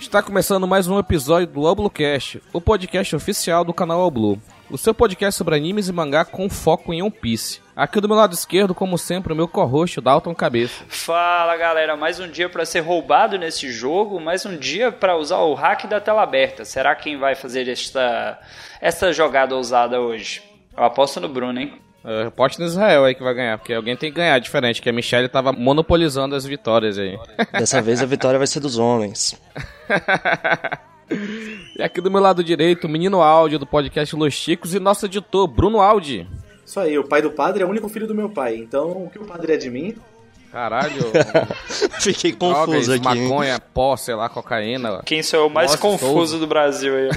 Está começando mais um episódio do Oblocast, o podcast oficial do canal Oblu. O seu podcast sobre animes e mangá com foco em One Piece. Aqui do meu lado esquerdo, como sempre, o meu corroxo Dalton Cabeça. Fala galera, mais um dia para ser roubado nesse jogo, mais um dia para usar o hack da tela aberta. Será quem vai fazer esta essa jogada ousada hoje? Eu aposto no Bruno, hein? Uh, Aposto no Israel aí que vai ganhar, porque alguém tem que ganhar diferente, que a Michelle tava monopolizando as vitórias aí. Dessa vez a vitória vai ser dos homens. e aqui do meu lado direito, o menino áudio do podcast Los Chicos e nosso editor, Bruno Aldi. Isso aí, o pai do padre é o único filho do meu pai. Então, o que o padre é de mim? Caralho. Fiquei Drogas, confuso aqui. hein? maconha, pó, sei lá, cocaína. Quem sou eu mais Nossa, confuso Souza. do Brasil aí?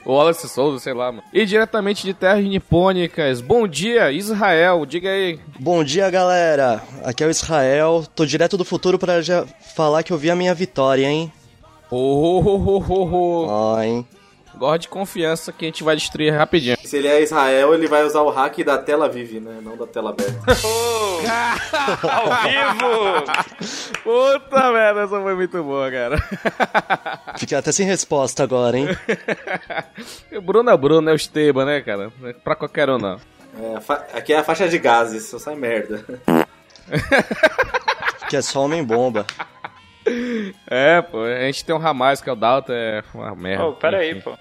Wallace Souza, sei lá, mano. E diretamente de terras nipônicas, bom dia, Israel, diga aí. Bom dia, galera. Aqui é o Israel. Tô direto do futuro pra já falar que eu vi a minha vitória, hein? Oh, oh, oh, oh, oh. Ó, hein? Guarda de confiança que a gente vai destruir rapidinho. Se ele é Israel, ele vai usar o hack da tela vive, né? Não da tela aberta. Ô, ao vivo! Puta merda, essa foi muito boa, cara. Fiquei até sem resposta agora, hein? O Bruno é o Bruno, é o Esteban, né, cara? Não é Pra qualquer um, não. É, a fa- aqui é a faixa de gases, só sai merda. Que é só homem-bomba. É, pô, a gente tem um Ramais, que é o Dalton, é uma merda. Ô, pera aí, pô.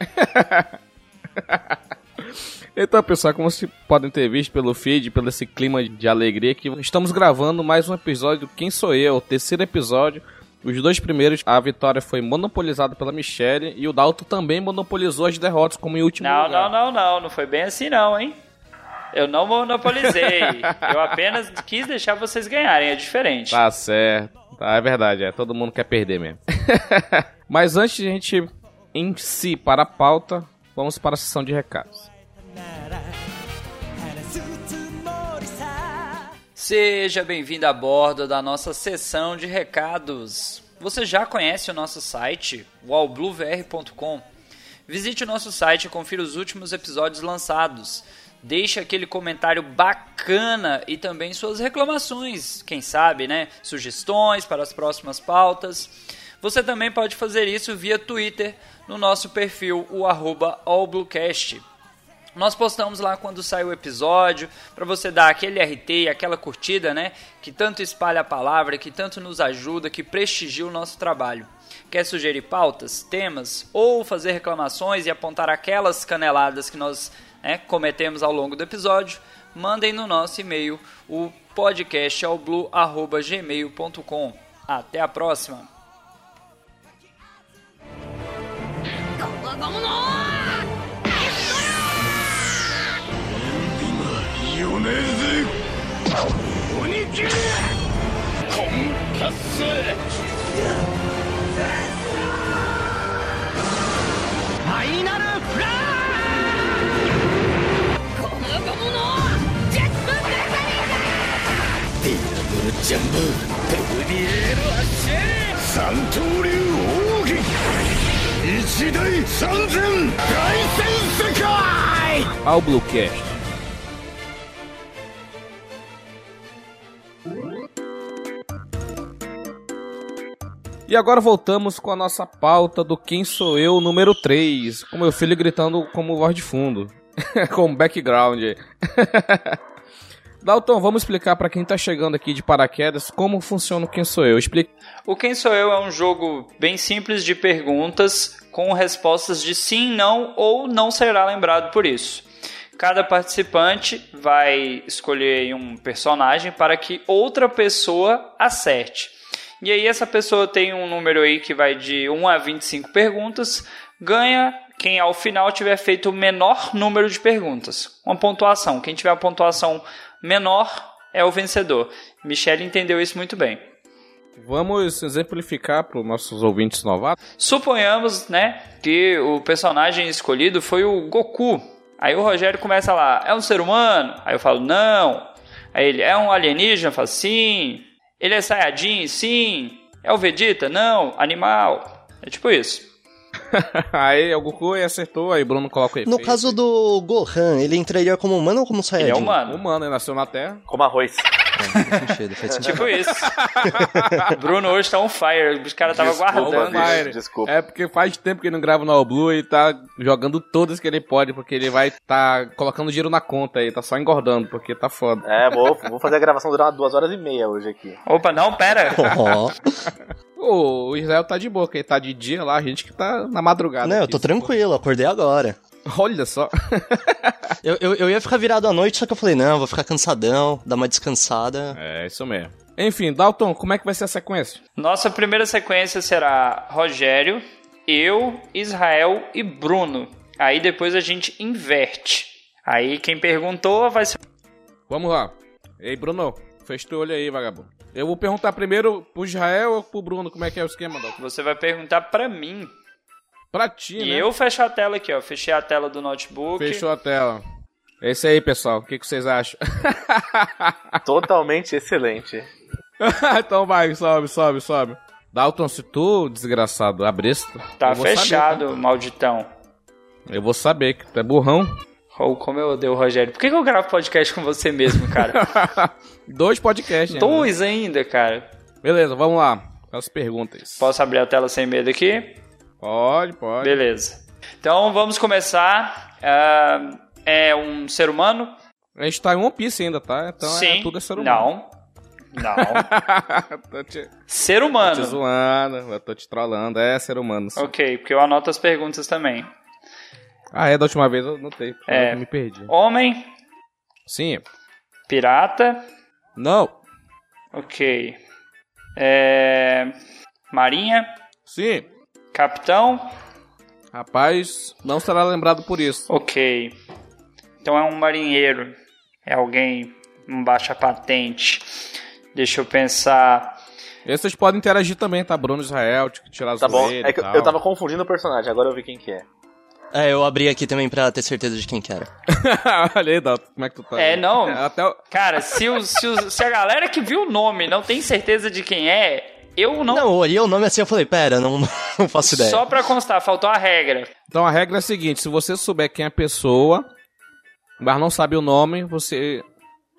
Então, pessoal, como vocês podem ter visto pelo feed, pelo esse clima de alegria que estamos gravando mais um episódio do Quem Sou Eu, o terceiro episódio. Os dois primeiros, a vitória foi monopolizada pela Michelle e o Dalton também monopolizou as derrotas como em último Não, lugar. não, não, não, não foi bem assim não, hein? Eu não monopolizei. Eu apenas quis deixar vocês ganharem, é diferente. Tá certo. Tá, é verdade, é. Todo mundo quer perder mesmo. Mas antes de a gente em si para a pauta, vamos para a sessão de recados. 話つもりさ Seja bem-vindo a bordo da nossa sessão de recados. Você já conhece o nosso site, wallbluvr.com? Visite o nosso site e confira os últimos episódios lançados. Deixe aquele comentário bacana e também suas reclamações, quem sabe, né? Sugestões para as próximas pautas. Você também pode fazer isso via Twitter no nosso perfil, o arroba allbluecast. Nós postamos lá quando sai o episódio, para você dar aquele RT, aquela curtida, né? Que tanto espalha a palavra, que tanto nos ajuda, que prestigia o nosso trabalho. Quer sugerir pautas, temas ou fazer reclamações e apontar aquelas caneladas que nós né, cometemos ao longo do episódio? Mandem no nosso e-mail o é podcastalblue@gmail.com. Até a próxima! この者この者ジェットブルーベリー三刀流奥義一大三千大戦世界 Ao Bluecast. E agora voltamos com a nossa pauta do Quem Sou Eu número 3, com meu filho gritando como voz de fundo, com background. Dalton, vamos explicar pra quem tá chegando aqui de paraquedas como funciona o Quem Sou Eu. Explica O Quem Sou Eu é um jogo bem simples de perguntas com respostas de sim, não ou não será lembrado por isso. Cada participante vai escolher um personagem para que outra pessoa acerte. E aí essa pessoa tem um número aí que vai de 1 a 25 perguntas, ganha quem ao final tiver feito o menor número de perguntas. Uma pontuação, quem tiver a pontuação menor é o vencedor. Michelle entendeu isso muito bem. Vamos exemplificar para os nossos ouvintes novatos. Suponhamos, né, que o personagem escolhido foi o Goku. Aí o Rogério começa lá, é um ser humano? Aí eu falo, não. Aí ele, é um alienígena? Eu falo, sim. Ele é Saiyajin? Sim. É o Vegeta? Não. Animal. É tipo isso. aí é o Goku e acertou, aí o Bruno coloca aí. No caso do Gohan, ele entraria como humano ou como Saiyajin? Ele é humano. um Humano, ele nasceu na Terra. Como arroz. Faz sentido, faz sentido. Tipo isso. Bruno hoje tá on fire. Os caras tava Desculpa, guardando. bicho. Fire. desculpa. Então, É porque faz tempo que ele não grava no All Blue e tá jogando todas que ele pode, porque ele vai tá colocando dinheiro na conta aí, tá só engordando, porque tá foda. É, vou, vou fazer a gravação durar duas horas e meia hoje aqui. Opa, não, pera. Tipo, Ó. Ô, o Israel tá de boa, que ele tá de dia lá, a gente que tá na madrugada. Não, né, eu aqui. tô tranquilo, acordei agora. Olha só. Eu, eu, eu ia ficar virado à noite, só que eu falei, não, vou ficar cansadão, dar uma descansada. É, isso mesmo. Enfim, Dalton, como é que vai ser a sequência? Nossa primeira sequência será Rogério, eu, Israel e Bruno. Aí depois a gente inverte. Aí quem perguntou vai ser. Vamos lá. Ei, Bruno, fecha teu olho aí, vagabundo. Eu vou perguntar primeiro pro Israel ou pro Bruno como é que é o esquema, Dalton? Você vai perguntar pra mim. Pra ti, E né? eu fecho a tela aqui, ó. Fechei a tela do notebook. Fechou a tela. É isso aí, pessoal. O que, que vocês acham? Totalmente excelente. então vai, sobe, sobe, sobe. Dalton, se tu, desgraçado, abrir isso, Tá eu vou saber, fechado, malditão. tá? Eu vou saber que tu é burrão. Ou como eu odeio o Rogério. Por que, que eu gravo podcast com você mesmo, cara? Dois podcasts, né? Dois ainda, cara. Beleza, vamos lá. As perguntas. Posso abrir a tela sem medo aqui? Pode, pode. Beleza. Então vamos começar. Ah, é um ser humano? A gente tá em One Piece ainda, tá? Então Sim. é tudo é ser humano. Não. Não. tô te, ser te humano. zoando, eu tô te trollando. É ser humano. sim. Ok, porque eu anoto as perguntas também. Ah, é da última vez, eu notei. É. Eu me perdi. Homem, Sim. pirata, Não. ok. É, Marinha, Sim. capitão, Rapaz, não será lembrado por isso. ok. Então é um marinheiro. É alguém com baixa patente. Deixa eu pensar. E vocês podem interagir também, tá? Bruno Israel, t- tirar as Tá bom? zoeira É e que eu tal. eu tava confundindo o personagem, agora eu vi quem que é. É, eu abri aqui também pra ter certeza de quem que era. Olha aí, Dalton, como é que tu tá? É, não. Até o- Cara, se, os- se os- se a galera que viu o nome não tem certeza de quem é, eu não. Não, eu olhei o nome assim, eu falei, pera, não, não faço ideia. Só pra constar, faltou a regra. Então a regra é a seguinte, se você souber quem é a pessoa, mas não sabe o nome, você...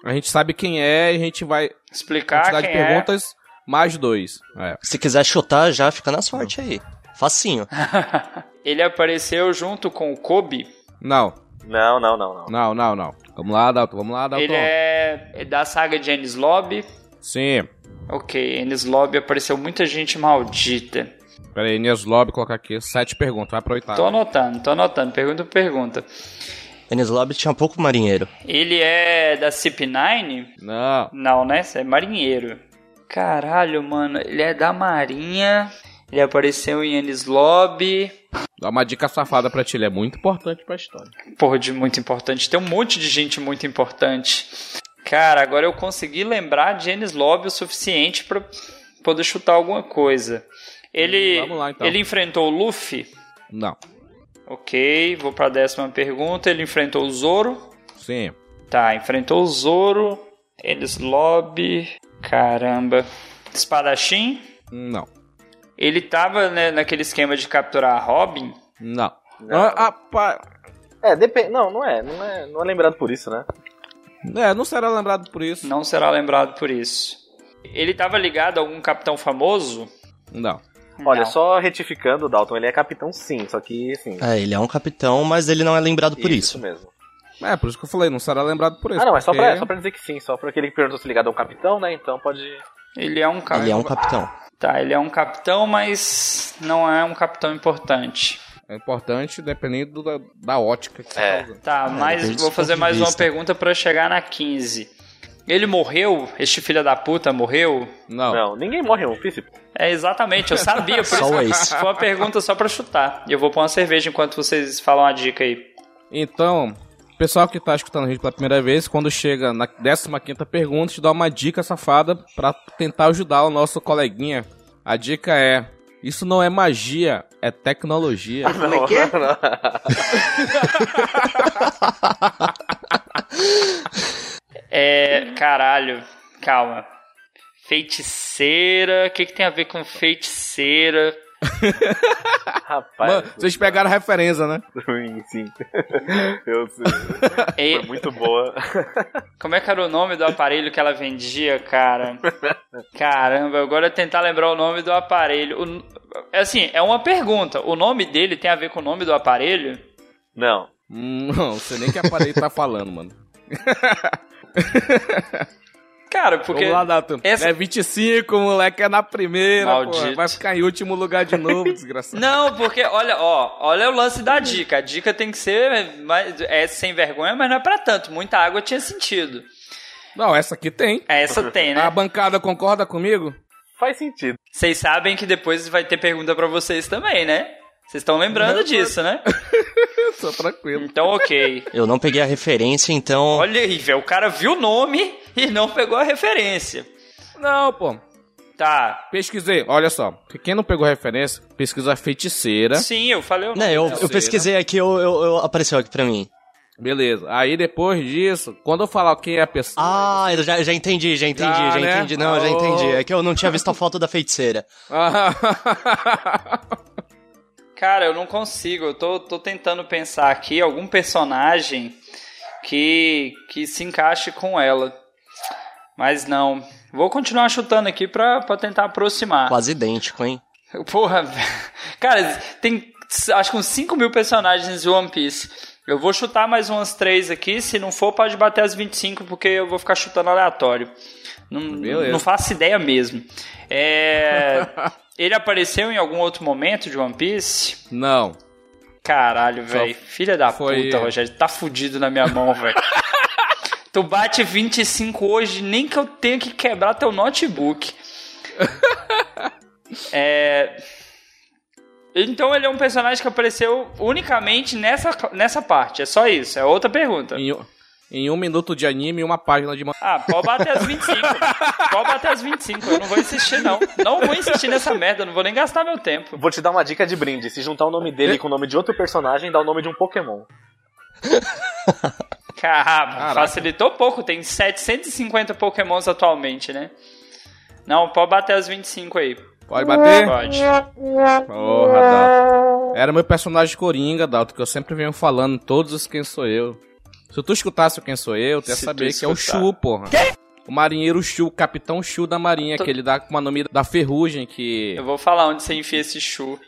A gente sabe quem é e a gente vai... Explicar Quantidade quem é? de perguntas, mais dois. É. Se quiser chutar já, fica na sorte aí. Facinho. é. Ele apareceu junto com o Kobe. Não, Não, não, não, não. não, não, não. Vamos lá, Dalton, vamos lá, Dalton. Ele é é da saga de Ennis Lobby. Sim. Ok, Ennis Lobby apareceu muita gente maldita. Pera aí, Inês Lobby, colocar aqui sete perguntas, vai pra oitava. Tô anotando, tô anotando, pergunta por pergunta. Enes Lobby tinha pouco marinheiro. Ele é da CP9? Não. Não, né? Você é marinheiro. Caralho, mano, ele é da Marinha. Ele apareceu em Ennis Lobby. Dá uma dica safada pra ti, ele é muito importante pra história. Porra, de muito importante. Tem um monte de gente muito importante. Cara, agora eu consegui lembrar de Ennis Lobby o suficiente pra poder chutar alguma coisa. Ele, Hum, vamos lá, então. ele enfrentou o Luffy. Não. Ok, vou pra décima pergunta. Ele enfrentou o Zoro. Sim. Tá, enfrentou o Zoro. Ennis Lobby. Caramba. Espadachim. Não. Ele tava né, naquele esquema de capturar a Robin. Não. Não. Ah, ah, pá. É, depende. Não, não é, não é. Não é lembrado por isso, né? É, não será lembrado por isso. Não será lembrado por isso. Ele tava ligado a algum capitão famoso? Não. Olha, Não. só retificando o Dalton, ele é capitão sim, só que assim. É, ele é um capitão, mas ele não é lembrado por isso. mesmo. É, por isso que eu falei, não será lembrado por isso. Ah, não, é só, pra, porque- é só pra dizer que sim, só pra aquele que perguntou se ligado ao capitão, né? Então pode. Ele é um capitão. Ele é um capitão. Tá, ele é um capitão, mas não é um capitão importante. É importante dependendo da, da ótica que você É. tá usando. Tá, mas depende do vou fazer ponto de mais uma vista. pergunta pra chegar na 15. Ele morreu? Este filho da puta morreu? Não. Não, ninguém morre em um Piece. É, exatamente, eu sabia. Por Só isso esse. que foi uma pergunta só pra chutar. E eu vou pôr uma cerveja enquanto vocês falam a dica aí. Então, pessoal que tá escutando a gente pela primeira vez, quando chega na 15ª pergunta, te dá uma dica safada pra tentar ajudar o nosso coleguinha. A dica é, isso não é magia, é tecnologia. Não, É, caralho, calma. Feiticeira, o que, que tem a ver com feiticeira? Rapaz. Mano, vocês pegaram a referência, né? Sim, sim. Eu sei. E- Foi muito boa. Como é que era o nome do aparelho que ela vendia, cara? Caramba, agora eu tentar lembrar o nome do aparelho. O n- assim, é uma pergunta. O nome dele tem a ver com o nome do aparelho? Não. Hum, Não, você nem que aparelho tá falando, mano. Cara, porque. Vamos lá, Nathan. essa- É 25, moleque, é na primeira, Maldito. pô. Vai ficar em último lugar de novo, desgraçado. Não, porque olha, ó, olha o lance da dica. A dica tem que ser mais, é sem vergonha, mas não é pra tanto. Muita água tinha sentido. Não, essa aqui tem. Essa tem, A né? bancada concorda comigo? Faz sentido. Vocês sabem que depois vai ter pergunta pra vocês também, né? Vocês estão lembrando disso, né? Eu tô tranquilo. Então, ok. Eu não peguei a referência, então. Olha aí, velho. O cara viu o nome e não pegou a referência. Não, pô. Tá. Pesquisei, olha só. Quem não pegou referência, pesquisa feiticeira. Sim, eu falei o nome. Né, eu, Não eu sei, pesquisei aqui, eu, eu- eu- apareceu aqui pra mim. Beleza. Aí depois disso, quando eu falar quem é a pessoa. Ah, eu já, já entendi, já entendi, Já, já né? entendi. Não, já Ah, ô. entendi. É que eu não tinha visto a foto da feiticeira. Cara, eu não consigo. Eu tô, tô tentando pensar aqui algum personagem que, que se encaixe com ela. Mas não. Vou continuar chutando aqui pra, pra tentar aproximar. Quase idêntico, hein? Porra, velho. cara, tem acho que uns 5 mil personagens de One Piece. Eu vou chutar mais umas 3 aqui. Se não for, pode bater as 25, porque eu vou ficar chutando aleatório. Não, Beleza. não faço ideia mesmo. É, ele apareceu em algum outro momento de One Piece? não. Caralho, velho. Filha da foi- puta, Rogério. Tá fudido na minha mão, velho. tu bate 25 hoje, nem que eu tenha que quebrar teu notebook. é. Então ele é um personagem que apareceu unicamente nessa, nessa parte. É só isso. É outra pergunta. Em, um- em um minuto de anime e uma página de. man- Ah, pode bater as 25. pode bater as 25. Eu não vou insistir, não. Não vou insistir nessa merda. eu Não vou nem gastar meu tempo. Vou te dar uma dica de brinde. Se juntar o nome dele com o nome de outro personagem, dá o nome de um Pokémon. Caramba, Caraca. facilitou pouco. Tem 750 pokémons atualmente, né? Não, pode bater as 25 aí. Pode bater? Pode. Porra, Ah. Dalton. Era meu personagem coringa, Dalton, que eu sempre venho falando todos os quem sou eu. Se tu escutasse o quem sou eu, tu ia Se saber tu que é o escutar. Chu, porra. O marinheiro Chu, o capitão Chu da marinha, que ele dá com uma nome da ferrugem que... Eu vou falar onde você enfia esse chu.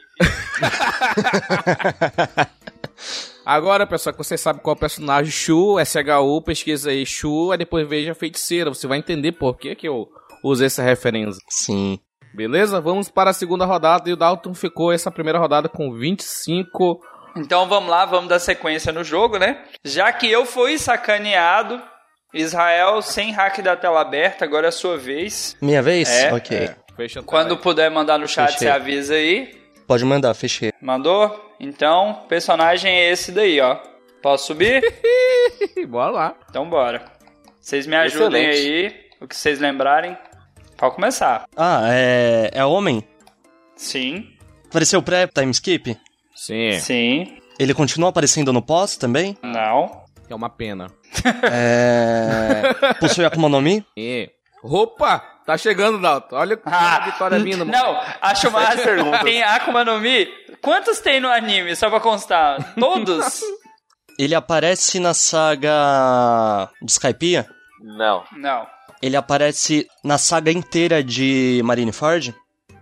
Agora, pessoal, que vocês sabem qual é o personagem Chu, SHU, pesquisa aí Chu, aí depois veja a feiticeira. Você vai entender por que que eu usei essa referência. Sim. Beleza? Vamos para a segunda rodada e o Dalton ficou essa primeira rodada com 25... Então vamos lá, vamos dar sequência no jogo, né? Já que eu fui sacaneado, Israel sem hack da tela aberta, agora é a sua vez. Minha vez? É, ok. Fecha a tela Quando aí. puder mandar no chat, Fechei. você avisa aí. Pode mandar, fechei. Mandou? Então, personagem é esse daí, ó. Posso subir? Ih, Bora lá. Então bora. Vocês me ajudem aí, o que vocês lembrarem. Pode começar. Ah, é. É homem? Sim, Apareceu pré-time skip? Sim, sim, Ele continua aparecendo no pós também? não. é uma pena. É. Possui Akuma no Mi? E... Opa! Tá chegando, Dalton. Olha a vitória vindo, mano. Ah. Não, acho massa. Tem Akuma no Mi. Quantos tem no anime, só pra constar? Todos? Ele aparece na saga de Skypiea? Não, não, Ele aparece na saga inteira de Marineford?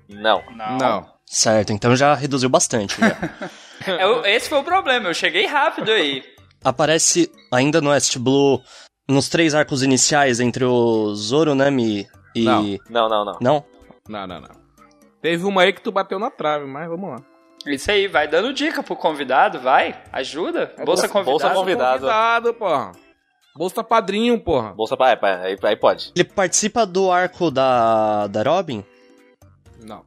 não. não. Não. Certo, então já reduziu bastante. né? já. Eu- esse foi o problema, eu cheguei rápido aí. aparece ainda no West Blue, nos três arcos iniciais entre o Zoro, Nami e... Não. Não, não, não. Não? Não, não, não. Teve uma aí que tu bateu na trave, mas vamos lá. Isso aí, vai dando dica pro convidado, vai. Ajuda. Bolsa Tá convidado. bolsa Convidado. Convidado, porra. Bolsa padrinho, porra. Bolsa pai, pai, aí, aí pode. Ele participa do arco da, da Robin? Não.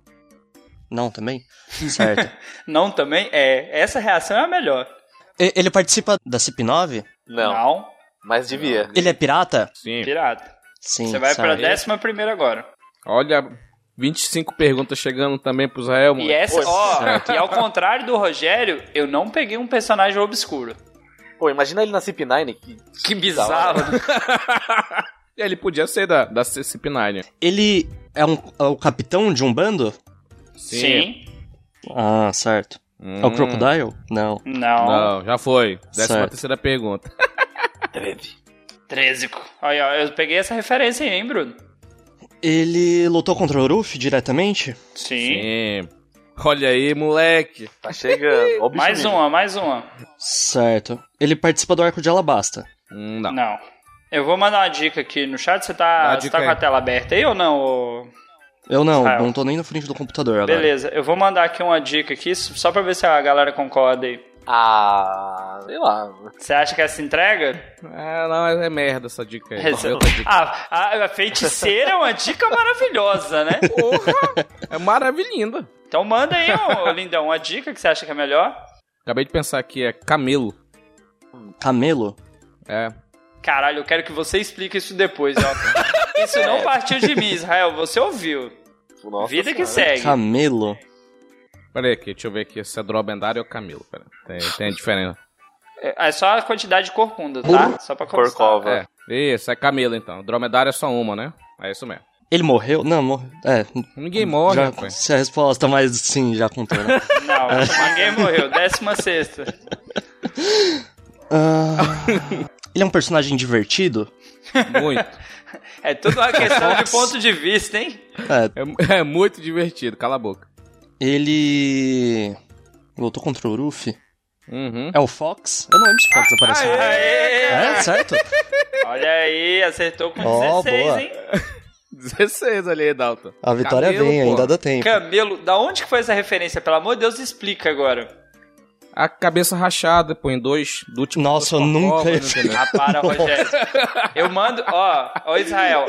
Não, também? Certo. Não também? É, essa reação é a melhor. E- Ele participa da CP9? Não, não mas devia. Ele é pirata? Sim. pirata. Sim. Você vai pra certo. décima primeira agora. Olha, 25 perguntas chegando também pro Israel, mano. E essa, ó, Certo. e ao contrário do Rogério, eu não peguei um personagem obscuro. Pô, imagina ele na CP9. que- Que bizarro. Ele podia ser da, da CCP9. Ele é, um, é o capitão de um bando? Sim. Ah, certo. É o Hum. Crocodile? Não. Não. Não, já foi. Décima Certo. terceira pergunta. Trésico. Aí, ó, eu peguei essa referência aí, hein, Bruno? Ele lutou contra o Oruf diretamente? Sim. Sim. Olha aí, moleque. Tá chegando. Ó o bicho Mais um. vindo. uma, mais uma. Certo. Ele participa do Arco de Alabasta. Hum, Não. Não. Eu vou mandar uma dica aqui no chat. Você tá, Dá a você dica tá com a aí. tela aberta aí ou não? ô? Eu não, Ah, não tô nem na frente do computador agora. Beleza. Eu vou mandar aqui uma dica aqui só pra ver se a galera concorda aí. Ah, sei lá. Você acha que essa entrega? Ah, não, é merda essa dica aí. Essa- Qual é outra dica? Ah, a, a feiticeira é uma dica maravilhosa, né? Porra! É maravilhinda. Então manda aí, ô, lindão, uma dica que você acha que é melhor. Acabei de pensar aqui, é camelo. Camelo? É. Caralho, eu quero que você explique isso depois, ó. Isso não partiu de mim, Israel. Você ouviu. É. tipo, Nossa Vida que É Senhora. segue. Camelo? Pera aí, aqui, deixa eu ver aqui se é dromedário ou camelo. Pera. Tem, tem a diferença. É é só a quantidade de corcunda, tá? Só pra constar. Corcova. É. Isso, é camelo então. Dromedário é só uma, né? É isso mesmo. Ele morreu? Não, morreu. É. Ninguém morre, já- rapaz. se a resposta, mas sim, já contou, né? Não, ninguém morreu. Décima sexta. Ah, ele é um personagem divertido? Muito. É tudo uma questão de ponto de vista, hein? É, É, é muito divertido, cala a boca. ele. Lutou contra o Uruf? Uhum. É o Fox? Eu não lembro se o Fox apareceu. É, certo? Olha aí, acertou com Ó, 16, boa. hein? 16 ali, Dalton. A vitória Camelo, vem, pô. ainda dá tempo. Camelo, da onde que foi essa referência? Pelo amor de Deus, explica agora. A cabeça rachada, pô, em dois do último. Nossa, eu das nunca ia Copas, né, entendeu? Ah, para, Rogério. Eu mando, ó, ó Israel,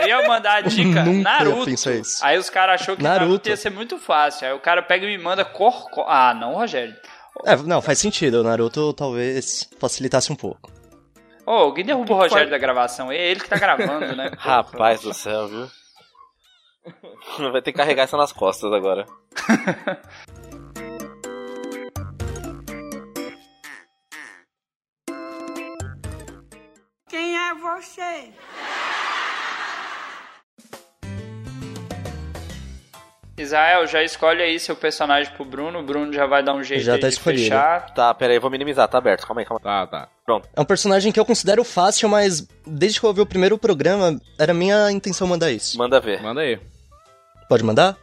eu ia mandar a dica Nunca ia Naruto. pensar isso. Aí os caras achou que Naruto. Naruto. ia ser muito fácil. Aí o cara pega e me manda corco. Ah, não, Rogério. É, não, faz sentido. O Naruto talvez facilitasse um pouco. Ô, alguém derruba o Rogério da gravação. É ele que tá gravando, né? Rapaz do céu, viu? Vai ter que carregar essa nas costas agora. Quem é você? Israel, já escolhe aí seu personagem pro Bruno. O Bruno já vai dar um jeito Já aí tá de escolhido. fechar. Tá, pera aí, eu vou minimizar, tá aberto. Calma aí, calma aí. Tá, tá. É um personagem que eu considero fácil, mas desde que eu ouvi o primeiro programa, era minha intenção mandar isso. Manda ver. Manda aí. Pode mandar?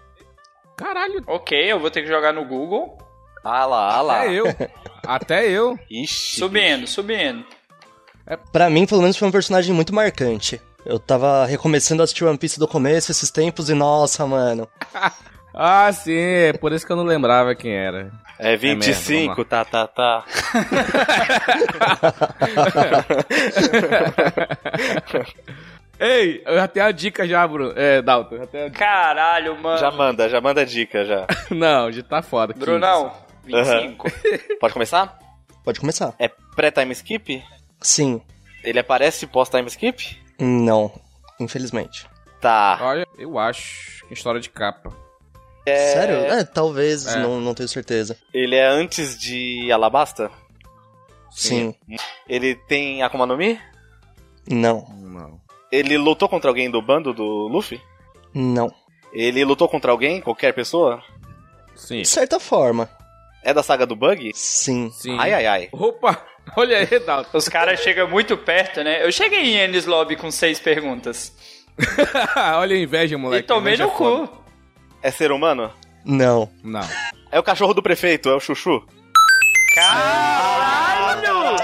Caralho, Ok, eu vou ter que jogar no Google. Ah lá, ah lá. até É eu. Até eu. Ixi. Subindo, subindo. Pra mim, pelo menos, foi um personagem muito marcante. Eu tava recomeçando a assistir One Piece do começo esses tempos e, nossa, mano. Ah, sim, é por isso que eu não lembrava quem era. É mesmo, 25, vamos tá, tá, tá. Ei, eu já tenho a dica já, Bruno. É, Dalton, já tenho a dica. Caralho, mano. Já manda, já manda a dica já. Não, já tá foda. Brunão, 25. Pode começar? Pode começar. É pré-time skip? Sim. Ele aparece pós-time skip? Não. Infelizmente. Tá. Olha, eu acho que é história de capa. Sério? É, talvez, É. Não, não tenho certeza. Ele é antes de Alabasta? Sim. Ele tem Akuma no Mi? Não. Não. Ele lutou contra alguém do bando do Luffy? Não. Ele lutou contra alguém, qualquer pessoa? Sim. De certa forma. É da saga do Bug? Sim. Sim. Ai, ai, ai. Opa, olha aí, Dalton. Os caras chegam muito perto, né? Eu cheguei em Enes Lobby com seis perguntas. olha a inveja, moleque. e tomei Inveja no é cu. foda. É ser humano? Não. Não. É o cachorro do prefeito, é o Chuchu. Caralho!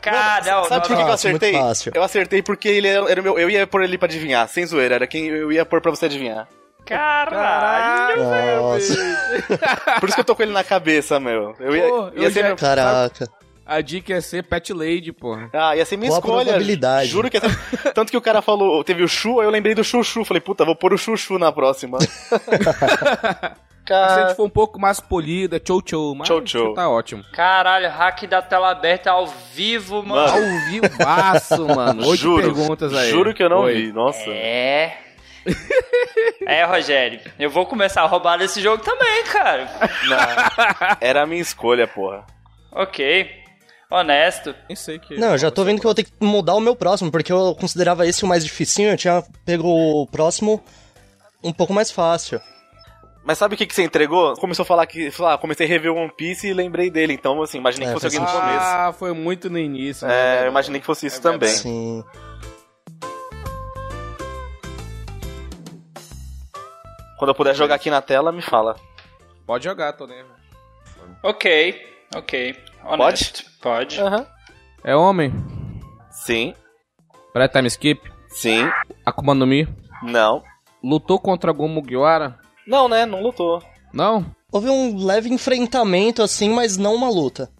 Cara, não, Sabe não, por que, que eu não. Fácil, muito acertei? fácil. Eu acertei porque ele era, era o meu. Eu ia pôr ele pra adivinhar, sem zoeira. Era quem eu ia pôr pra você adivinhar. Caralho! Nossa. Por isso que eu tô com ele na cabeça, meu. Eu ia, Pô, ia eu ser já- meu- Caraca. A dica é ser Pet Lady, porra. Ah, ia ser minha Qual a escolha. probabilidade? Juro que ia ser... Tanto que o cara falou, teve o Chu, aí eu lembrei do Chuchu. Falei, puta, vou pôr o Chuchu na próxima. Se a cara... gente for um pouco mais polida, tchau tchau, mas Tchau, tchau. tá ótimo. Caralho, hack da tela aberta ao vivo, mano. Mano. Ao vivaço, mano. Oito juro, perguntas aí. juro que eu não Oi. vi, nossa. É. É, Rogério, eu vou começar a roubar desse jogo também, cara. Não. Era a minha escolha, porra. Ok. Honesto. Nem sei que. Não, eu já tô vendo que eu vou ter que mudar o meu próximo, porque eu considerava esse o mais dificinho, eu tinha pego o próximo um pouco mais fácil. Mas sabe o que, que você entregou? Começou a falar que, sei lá, comecei a rever One Piece e lembrei dele, então assim, imaginei É, que fosse faz alguém no começo. Ah, foi muito no início. É, eu imaginei que fosse isso Ah, É também. verdade. Sim. Quando eu puder É. jogar aqui na tela, me fala. Pode jogar, tô nem. Ok, ok. Honesto. Pode? Pode. É homem? Sim, Pré time skip? sim, Akuma no Mi? não. Lutou contra algum Mugiwara? Não, né? Não lutou. Não? Houve um leve enfrentamento, assim, mas não uma luta.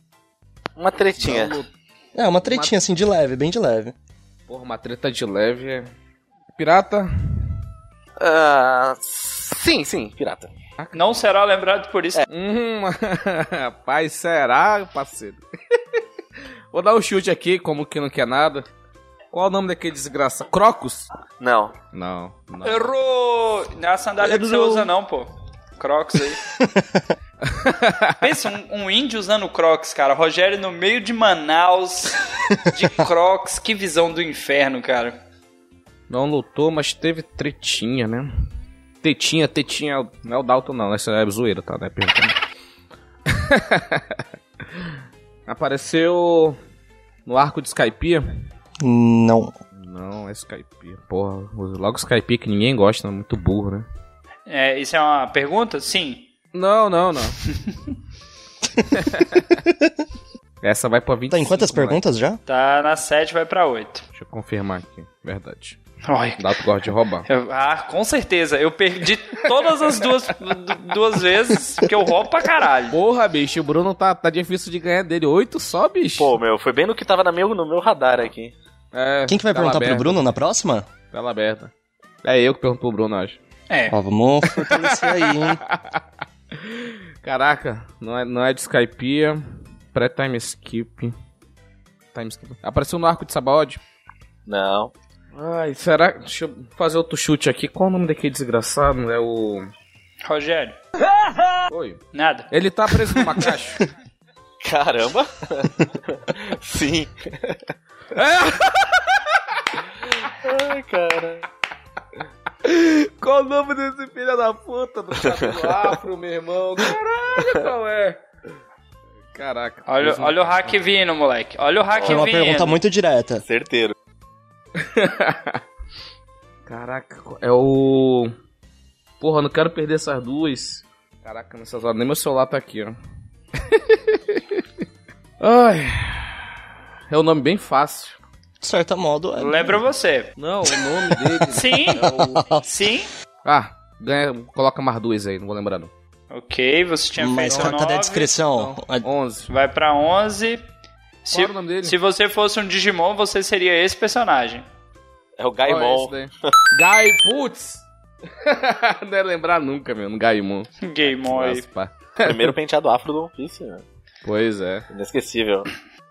Uma tretinha. Não Então, lutou. É, uma tretinha, assim, de leve, bem de leve. Porra, uma treta de leve. é. Pirata? Ah, sim, sim, pirata. Não será lembrado por isso. Hum, rapaz, será, parceiro? Vou dar um chute aqui, como que não quer nada. Qual o nome daquele desgraça? Crocus? Não. Não, não. Errou! Não é a sandália que você Errou. usa, não, pô. Crocs aí. Pensa, um, um índio usando Crocs, cara. Rogério no meio de Manaus, de Crocs. Que visão do inferno, cara. Não lutou, mas teve tretinha, né? Tetinha, tetinha. Não é o Dalton, não. Essa é zoeira, tá? Não é pergunta, não. Apareceu no arco de Skypiea. Não. Não, é Skypiea. Porra, logo Skypiea que ninguém gosta, é muito burro, né? É, isso é uma pergunta? Sim. Não, não, não. Essa vai pra 25. Tá em quantas moleque. perguntas já? Tá na 7, vai pra 8. Deixa eu confirmar aqui. Verdade. Olha. Dalton gosta de roubar. Eu- ah, com certeza. Eu perdi todas as duas, du- duas vezes, porque eu roubo pra caralho. Porra, bicho, o Bruno tá, tá difícil de ganhar dele. Oito só, bicho. Pô, meu, foi bem no que tava na meu, no meu radar aqui. É, Quem que vai Tá tela perguntar pro aberta, Bruno na próxima? Tela aberta. tá É eu que pergunto pro Bruno, eu acho. É. Ó, vamos fortalecer aí, hein? Caraca, não é, não é de Skypiea. Pré-time skip. Time skip. Apareceu no arco de Sabaody. Não. Ai, será? Deixa eu fazer outro chute aqui. Qual o nome daquele desgraçado? É o. Rogério, Oi. nada. Ele tá preso numa caixa. Caramba! sim. Ai, cara. Qual o nome desse filho da puta do cabelo afro, meu irmão? Caralho, qual é? Caraca. Olha, preso olha o numa hack vindo, moleque. Olha o hack Foi É uma vindo. pergunta muito direta. Certeiro. Caraca, é o. Porra, eu não quero perder essas duas. Caraca, nessas horas nem meu celular tá aqui, ó. Ai. É um nome bem fácil. De certo modo, é. Lembra você. Não, o nome dele. né? É Sim, sim. Ah, ganha, coloca mais duas aí, não vou lembrar não. Ok, você tinha Mas feito então. ca- cadê a 9. descrição? A- 11. Vai pra 11. Se, Qual era o nome dele? se você fosse um Digimon, você seria esse personagem. É o Qual é Gaimon. né? esse daí? Gai, putz! não ia lembrar nunca, meu, no Gaimon. Gaimon aí. Raspar. Primeiro penteado afro do One Piece, né? Pois é. Inesquecível.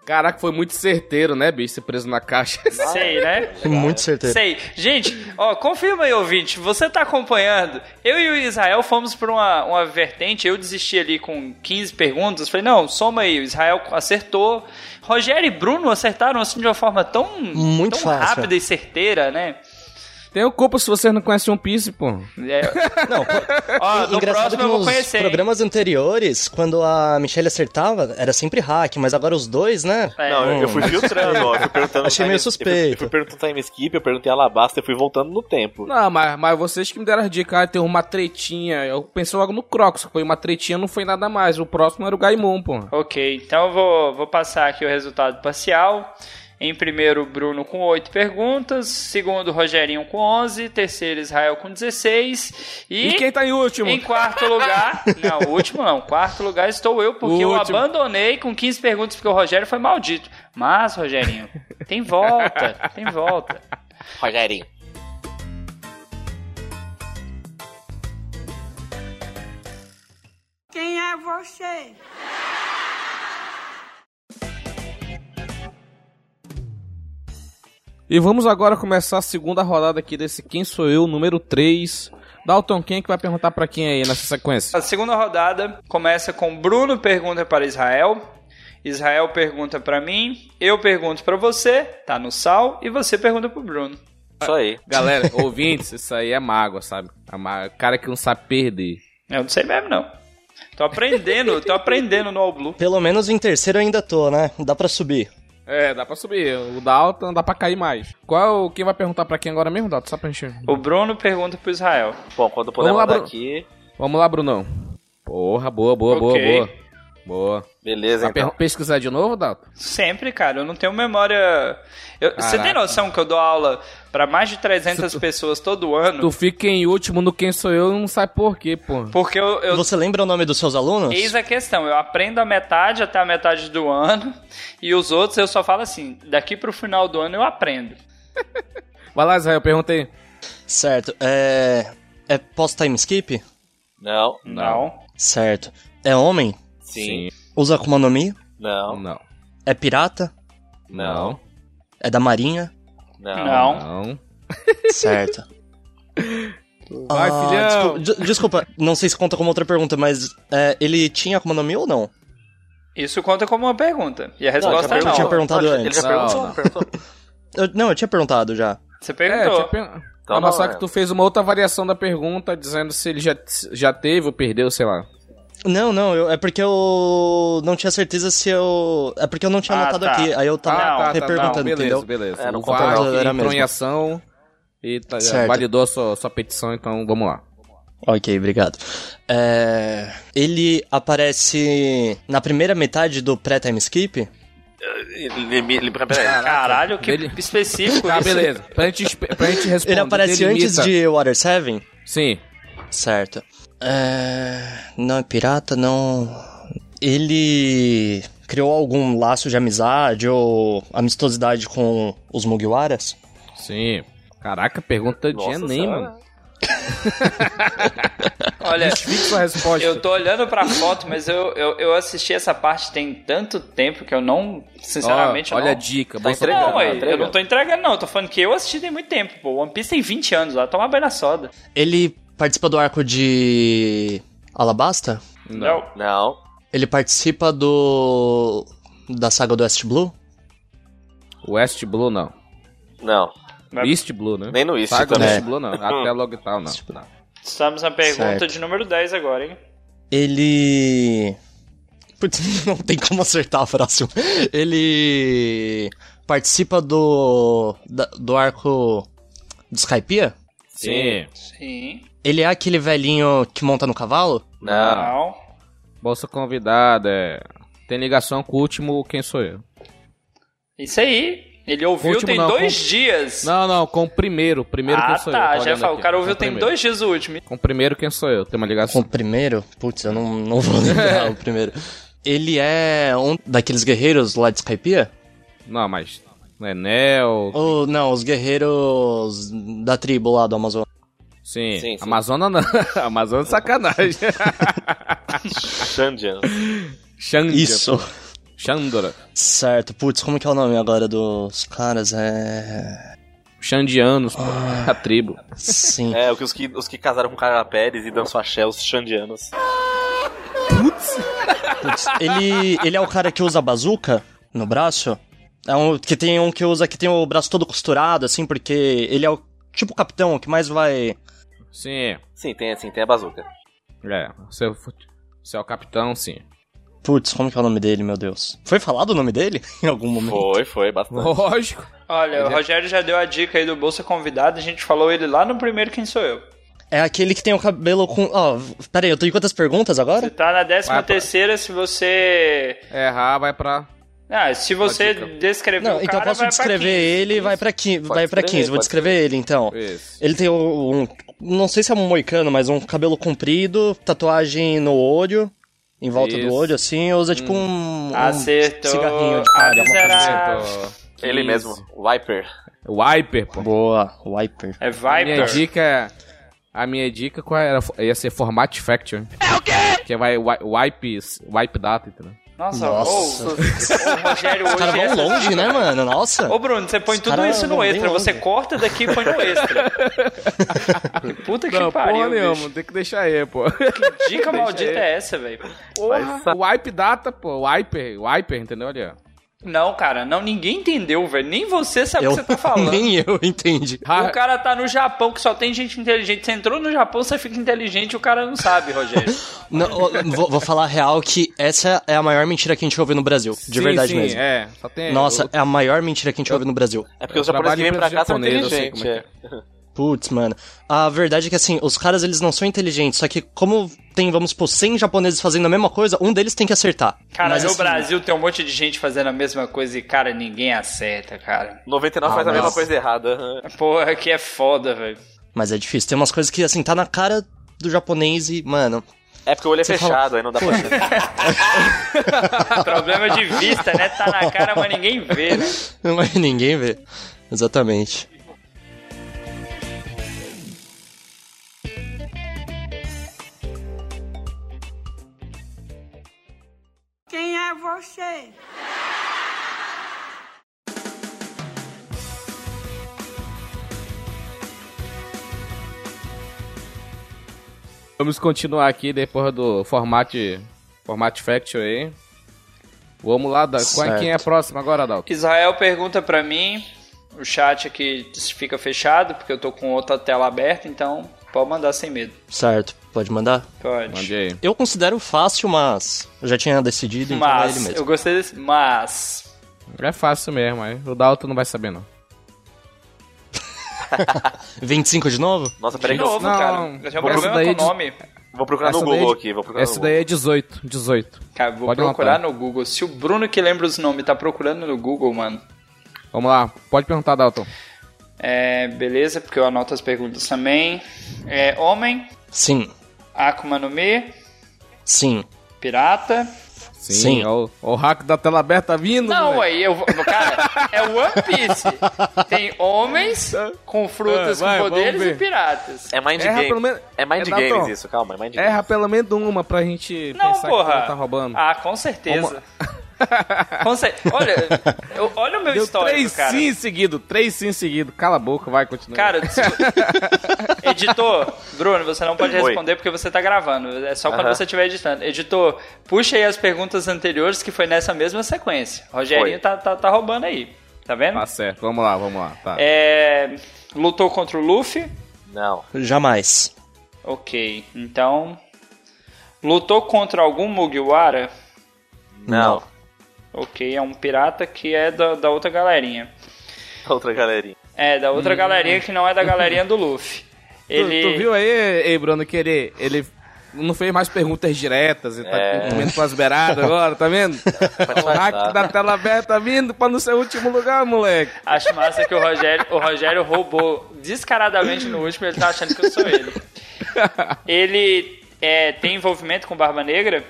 Caraca, foi muito certeiro, né, bicho? Ser preso na caixa. Sei, né? É, Muito certeiro. Sei. Gente, ó, confirma aí, ouvinte. Você tá acompanhando? Eu e o Israel fomos pra uma, uma vertente. Eu desisti ali com 15 perguntas. Falei, não, soma aí. O Israel acertou. Rogério e Bruno acertaram assim de uma forma tão, Muito tão fácil. rápida e certeira, né? Tenho culpa se vocês não conhecem One Piece, pô. É, Não, pô, ó, Ah, no engraçado próximo eu que vou nos conhecer. hein? programas anteriores, quando a Michelle acertava, era sempre hack, mas agora os dois, né? É. Ah, Não, eu, eu fui filtrando, ó. eu Fui perguntando Achei meio time- Eu fui, eu suspeito. fui perguntando time skip, eu perguntei alabasta, eu fui voltando no tempo. Não, mas, mas vocês que me deram as dicas, ah, tem uma tretinha. Eu pensei logo no Crocs, que foi uma tretinha, não foi nada mais. O próximo era o Gaimon, pô. Ok, então eu vou, vou passar aqui o resultado parcial. Em primeiro, Bruno com 8 perguntas. Segundo, Rogerinho com 11. Terceiro, Israel com 16. E, E quem tá em último? em quarto lugar... não, último não. Quarto lugar estou eu, porque eu Último. abandonei com 15 perguntas, porque o Rogério foi maldito. Mas, Rogerinho, tem volta, tem volta. Rogerinho. Quem é você? E vamos agora começar a segunda rodada aqui desse Quem Sou Eu, número 3. Dalton, quem é que vai perguntar pra quem aí nessa sequência? A segunda rodada começa com Bruno pergunta para Israel, Israel pergunta para mim, eu pergunto para você, tá no sal, e você pergunta pro Bruno. Isso aí. Galera, ouvintes, isso aí é mágoa, sabe? É má- O cara que não sabe perder. Eu não sei mesmo, não. Tô aprendendo, tô aprendendo no All Blue. Pelo menos em terceiro eu ainda tô, né? Dá pra subir. É, dá pra subir. O da alta não dá pra cair mais. Qual é o. Quem vai perguntar pra quem agora mesmo, Dalton? Só pra gente. O Bruno pergunta pro Israel. Bom, quando puder Vamos lá, mandar Bruno. aqui. Vamos lá, Brunão. Porra, boa, boa, boa, Ok. boa. Boa. Beleza, Vai então. per- pesquisar de novo, Dalton? Sempre, cara, eu não tenho memória. Eu- Você tem Caraca. noção que eu dou aula pra mais de 300 pessoas todo ano? Tu fica em último no Quem Sou Eu não sai por quê, pô. Porque eu, eu Você lembra o nome dos seus alunos? Eis a questão, eu aprendo a metade até a metade do ano e os outros eu só falo assim, daqui pro final do ano eu aprendo. Vai lá, Israel, pergunta aí. Certo. É. É pós-time skip? Não. Não. Certo. É homem? Sim. Usa Akuma no Mi? Não. Não. É pirata? Não. É da marinha? Não. Não. Não. Certo. Vai, Ah, filhão. É, desculpa, de- desculpa, não sei se conta como outra pergunta, mas é, ele tinha Akuma no Mi ou não? Isso conta como uma pergunta. E a resposta é perguntou. não. Eu tinha perguntado Não, Ele antes. já perguntou, Não, não. não perguntou. Eu- não, eu tinha perguntado já. Você É, perguntou. tinha per... Então ah, mas não, só né? que tu fez uma outra variação da pergunta, dizendo se ele já, já teve ou perdeu, sei lá. Não, não, eu- é porque eu não tinha certeza se eu. É porque eu não tinha Ah, anotado tá. aqui, aí eu tava Ah, tá, tá, reperguntando, beleza, entendeu? beleza. É, não o conta VAR não, que era entrou mesmo. em ação e tá- Certo. validou a sua, sua petição, então vamos lá. Ok, obrigado. É, ele aparece na primeira metade do pré-time skip? Ele me. Ele, peraí. Caralho, que Dele- específico Tá, isso. beleza. Pra gente, espe- pra gente responder. Ele aparece delimita- antes de Water 7? Sim. Certo. É, Não é pirata, não. Ele criou algum laço de amizade ou amistosidade com os Mugiwaras? Sim. Caraca, pergunta de Nossa Enem, senhora. mano. Olha, Fixa a resposta. eu tô olhando pra foto, mas eu, eu, eu assisti essa parte tem tanto tempo que eu não, sinceramente, Ó, eu olha a não... dica. Tá Bolsonaro. entregando, Não, tá ué, eu entregando. não tô entregando, não. Tô falando que eu assisti tem muito tempo, pô. One Piece tem 20 anos lá, toma banho na soda. Ele participa do arco de Alabasta? Não. Não. Ele participa do da saga do West Blue? West Blue, não. Não. Não. é East Blue, né? Nem no East Saga também. West Blue, não. Hum. Até Logtown, não. não. Estamos na pergunta Certo. de número 10 agora, hein? Ele Putz, não tem como acertar a próxima. Ele participa do da- do arco do Skypiea? Sim. Sim. Ele é aquele velhinho que monta no cavalo? Ah. Não. Não. Bolsa convidada. é. Tem ligação com o último Quem Sou Eu. Isso aí. Ele ouviu Último tem não, dois dias. Não, não, com o primeiro. Primeiro ah, Quem Sou Eu. tá. tô Já olhando falou. O aqui. cara Com ouviu tem primeiro. dois dias o último. Com o primeiro Quem Sou Eu. Tem uma Com ligação. o primeiro? Putz, eu não, não vou lembrar o primeiro. Ele é um daqueles guerreiros lá de Skypiea? Não, mas... Não é Neo... Ou não, os guerreiros da tribo lá do Amazonas. Sim. Sim, sim. Amazona não. Amazona é sacanagem. Ah. Xandian. Xandra. Isso. Xandra. Certo, putz, como que é o nome agora dos caras? É. Xandianos, pô. A tribo. Sim. É, o que os que, os que casaram com Carla Pérez e dançam axé, os xandianos. Putz, ele, ele é o cara que usa a bazuca no braço? É um que tem um que usa que tem o braço todo costurado, assim, porque ele é o tipo o capitão que mais vai. Sim. Sim, tem assim, tem a bazuca. É. Você, é o fut- você é o capitão, sim. Putz, como que é o nome dele, meu Deus? Foi falado o nome dele em algum momento? Foi, foi, bastante. Lógico. Olha, é o Rogério já deu a dica aí do Bolsa Convidado. A gente falou ele lá no primeiro Quem Sou Eu. É aquele que tem o cabelo com. Ó, pera aí, eu tô em quantas perguntas Você agora? tá na décima Vai pra- terceira se você... É, Errar vai pra... Ah, se você dica. descrever o Não, cara, então eu posso vai descrever ele e vai pra, quin... vai pra escrever, 15. Vou pode descrever ele então. Isso. Ele tem um, um- Não sei se é um moicano, mas um cabelo comprido, tatuagem no olho, em volta Isso. do olho, assim, e usa tipo um. um pra 15. Acertou. cigarrinho de palha, alguma coisa assim. miserável. Ele mesmo, Viper. Wiper, pô. Boa, Wiper. É A minha Viper. dica é. A minha dica qual era? ia ser Format Factory. É o quê? Que vai wi- wipe, wipe data, entendeu? Nossa, Nossa. ô, ô, Rogério hoje Os caras é vão longe, né, mano? Nossa. Ô Bruno, você põe Os tudo caras isso no vão bem extra. longe. Você corta daqui e põe no extra. que puta que pariu, bicho. tem que deixar aí, pô. Que dica maldita é essa, velho? Porra. wipe data, pô, wiper, wiper, entendeu? Olha. Não, cara, não, ninguém entendeu, velho. Nem você sabe o eu, que você tá falando. nem eu entendi. Ah. O cara tá no Japão, que só tem gente inteligente. Você entrou no Japão, você fica inteligente, o cara não sabe, Rogério. Não, ó, vou, vou falar a real que essa é a maior mentira que a gente ouve no Brasil. De Sim, verdade sim, mesmo. É, só tem. Nossa, é a maior mentira que a gente ouve no Brasil. É porque os Eu japoneses trabalho que vêm em pra empresa cá são japonesa, eu sei inteligentes. como é é. Putz, mano. A verdade é que, assim, os caras, eles não são inteligentes. Só que, como tem, vamos supor, 100 japoneses fazendo a mesma coisa, um deles tem que acertar. Cara, Mas, no assim, Brasil tem um monte de gente fazendo a mesma coisa e, cara, ninguém acerta, cara. 99 faz a Ah, mesma nossa. coisa errada. Porra, que é foda, velho. Mas é difícil. Tem umas coisas que, assim, tá na cara do japonês e, mano... É porque o olho é Você fala- fechado, aí não dá pra ver. Problema de vista, né? Tá na cara, mas ninguém vê, né? Mas ninguém vê. Exatamente. Quem é você? Vamos continuar aqui depois do formato format factory aí. Vamos lá, Dan. Qual é, Certo. quem é a próxima agora, Dalton? Israel pergunta pra mim, o chat aqui fica fechado, porque eu tô com outra tela aberta, então pode mandar sem medo. Certo. Pode mandar? Pode. Mande aí. Eu considero fácil, mas... Eu já tinha decidido, então é ele Mas, mesmo. eu gostei desse. Mas. É fácil mesmo, aí. O Dalton não vai saber, não. 25 de novo? Nossa, De peraí. que eu- novo, Não, cara. Eu tenho um essa problema daí com o diz- nome. Vou procurar no Essa daí Google é- aqui. Vou procurar no Essa Google. daí é 18, 18. Cara, vou Pode procurar anotar. no Google. Se o Bruno que lembra os nomes tá procurando no Google, mano. Vamos lá, pode perguntar, Dalton. É, beleza, porque eu anoto as perguntas também. É, homem, Sim. Akuma no Mi, Sim. pirata. Sim. Sim. ó o- ó o hack da tela aberta vindo. Não, moleque. aí eu vou. Cara, é One Piece. Tem homens com frutas É, vai, com vamos poderes ver. e piratas. É Mind Erra Games. pelo menos- É Mind É, Dalton. Games isso, calma. É Mind Games. Erra pelo menos uma pra gente Não, pensar que porra. ela tá roubando. Ah, com certeza. Ah, Com cer- Olha, eu- olha o meu Deu histórico, três cara. sim seguido, três sim seguido. Cala a boca, vai, continua. Cara, se- editor, Bruno, você não pode Oi. responder porque você tá gravando. É só quando Aham. você estiver editando. Editor, puxa aí as perguntas anteriores que foi nessa mesma sequência. Rogerinho Foi. tá, tá, tá roubando aí. Tá vendo? Tá certo, vamos lá, vamos lá. Tá. É, lutou contra o Luffy? Não. Jamais. Ok. Então. Lutou contra algum Mugiwara? Não. Ok, é um pirata que é da, da outra galerinha. Outra galerinha. É, da Hum. outra galerinha que não é da galerinha do Luffy. Tu- Ele... Tu, viu aí, ei, Bruno, que ele, ele não fez mais perguntas diretas, ele É. tá comendo com as beiradas agora, tá vendo? o hack da tela aberta tá vindo pra não ser o último lugar, moleque. Acho massa que o Rogério, o Rogério roubou descaradamente no último, ele tá achando que eu sou ele. Ele é, tem envolvimento com Barba Negra?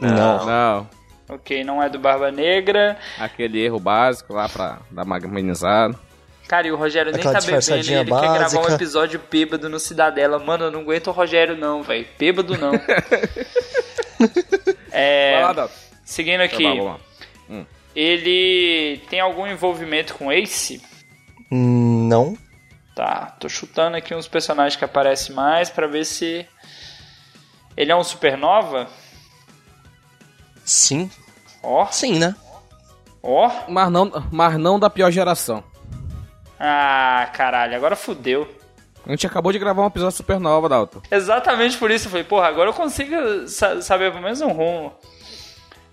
Não. Não, Ok, não é do Barba Negra. aquele erro básico lá pra dar uma amenizada. Cara, e o Rogério nem Aquela tá bebendo, disfarçadinha ele quer gravar um básica. episódio bêbado no Cidadela. Mano, eu não aguento o Rogério não, velho. Bêbado não. Vai lá, É, Dalton. seguindo Tá bom, aqui, vamos lá. ele tem algum envolvimento com Ace? Não. Tá, tô chutando aqui uns personagens que aparecem mais pra ver se. Ele é um supernova? Sim. Ó, Sim, né? ó. Mas não, mas não da pior geração. Ah, caralho, agora fudeu. A gente acabou de gravar um episódio supernova, Dalton. Exatamente por isso eu falei, porra, agora eu consigo sa- saber pelo menos um rumo.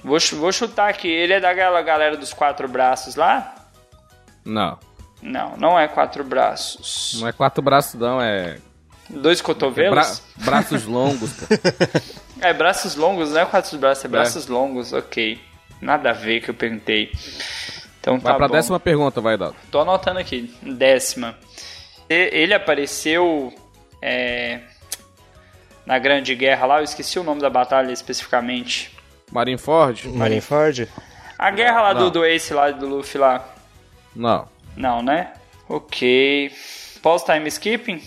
Vou, chu- vou chutar aqui. Ele é daquela galera dos quatro braços lá? Não, Não, não é quatro braços. não é quatro braços, não, é. Dois bra- cotovelos? braços longos, cara. É, braços longos, não é quatro braços, é braços longos, ok. Nada a ver que eu perguntei. Então Vai tá pra bom. décima pergunta, vai, Dalton. Tô anotando aqui. Décima. E- Ele apareceu é, na Grande Guerra lá. Eu esqueci o nome da batalha especificamente. Marineford? Marineford? A guerra lá do, não. do Ace lá, do Luffy lá. Não. Não, né? Ok. Pós-time skipping?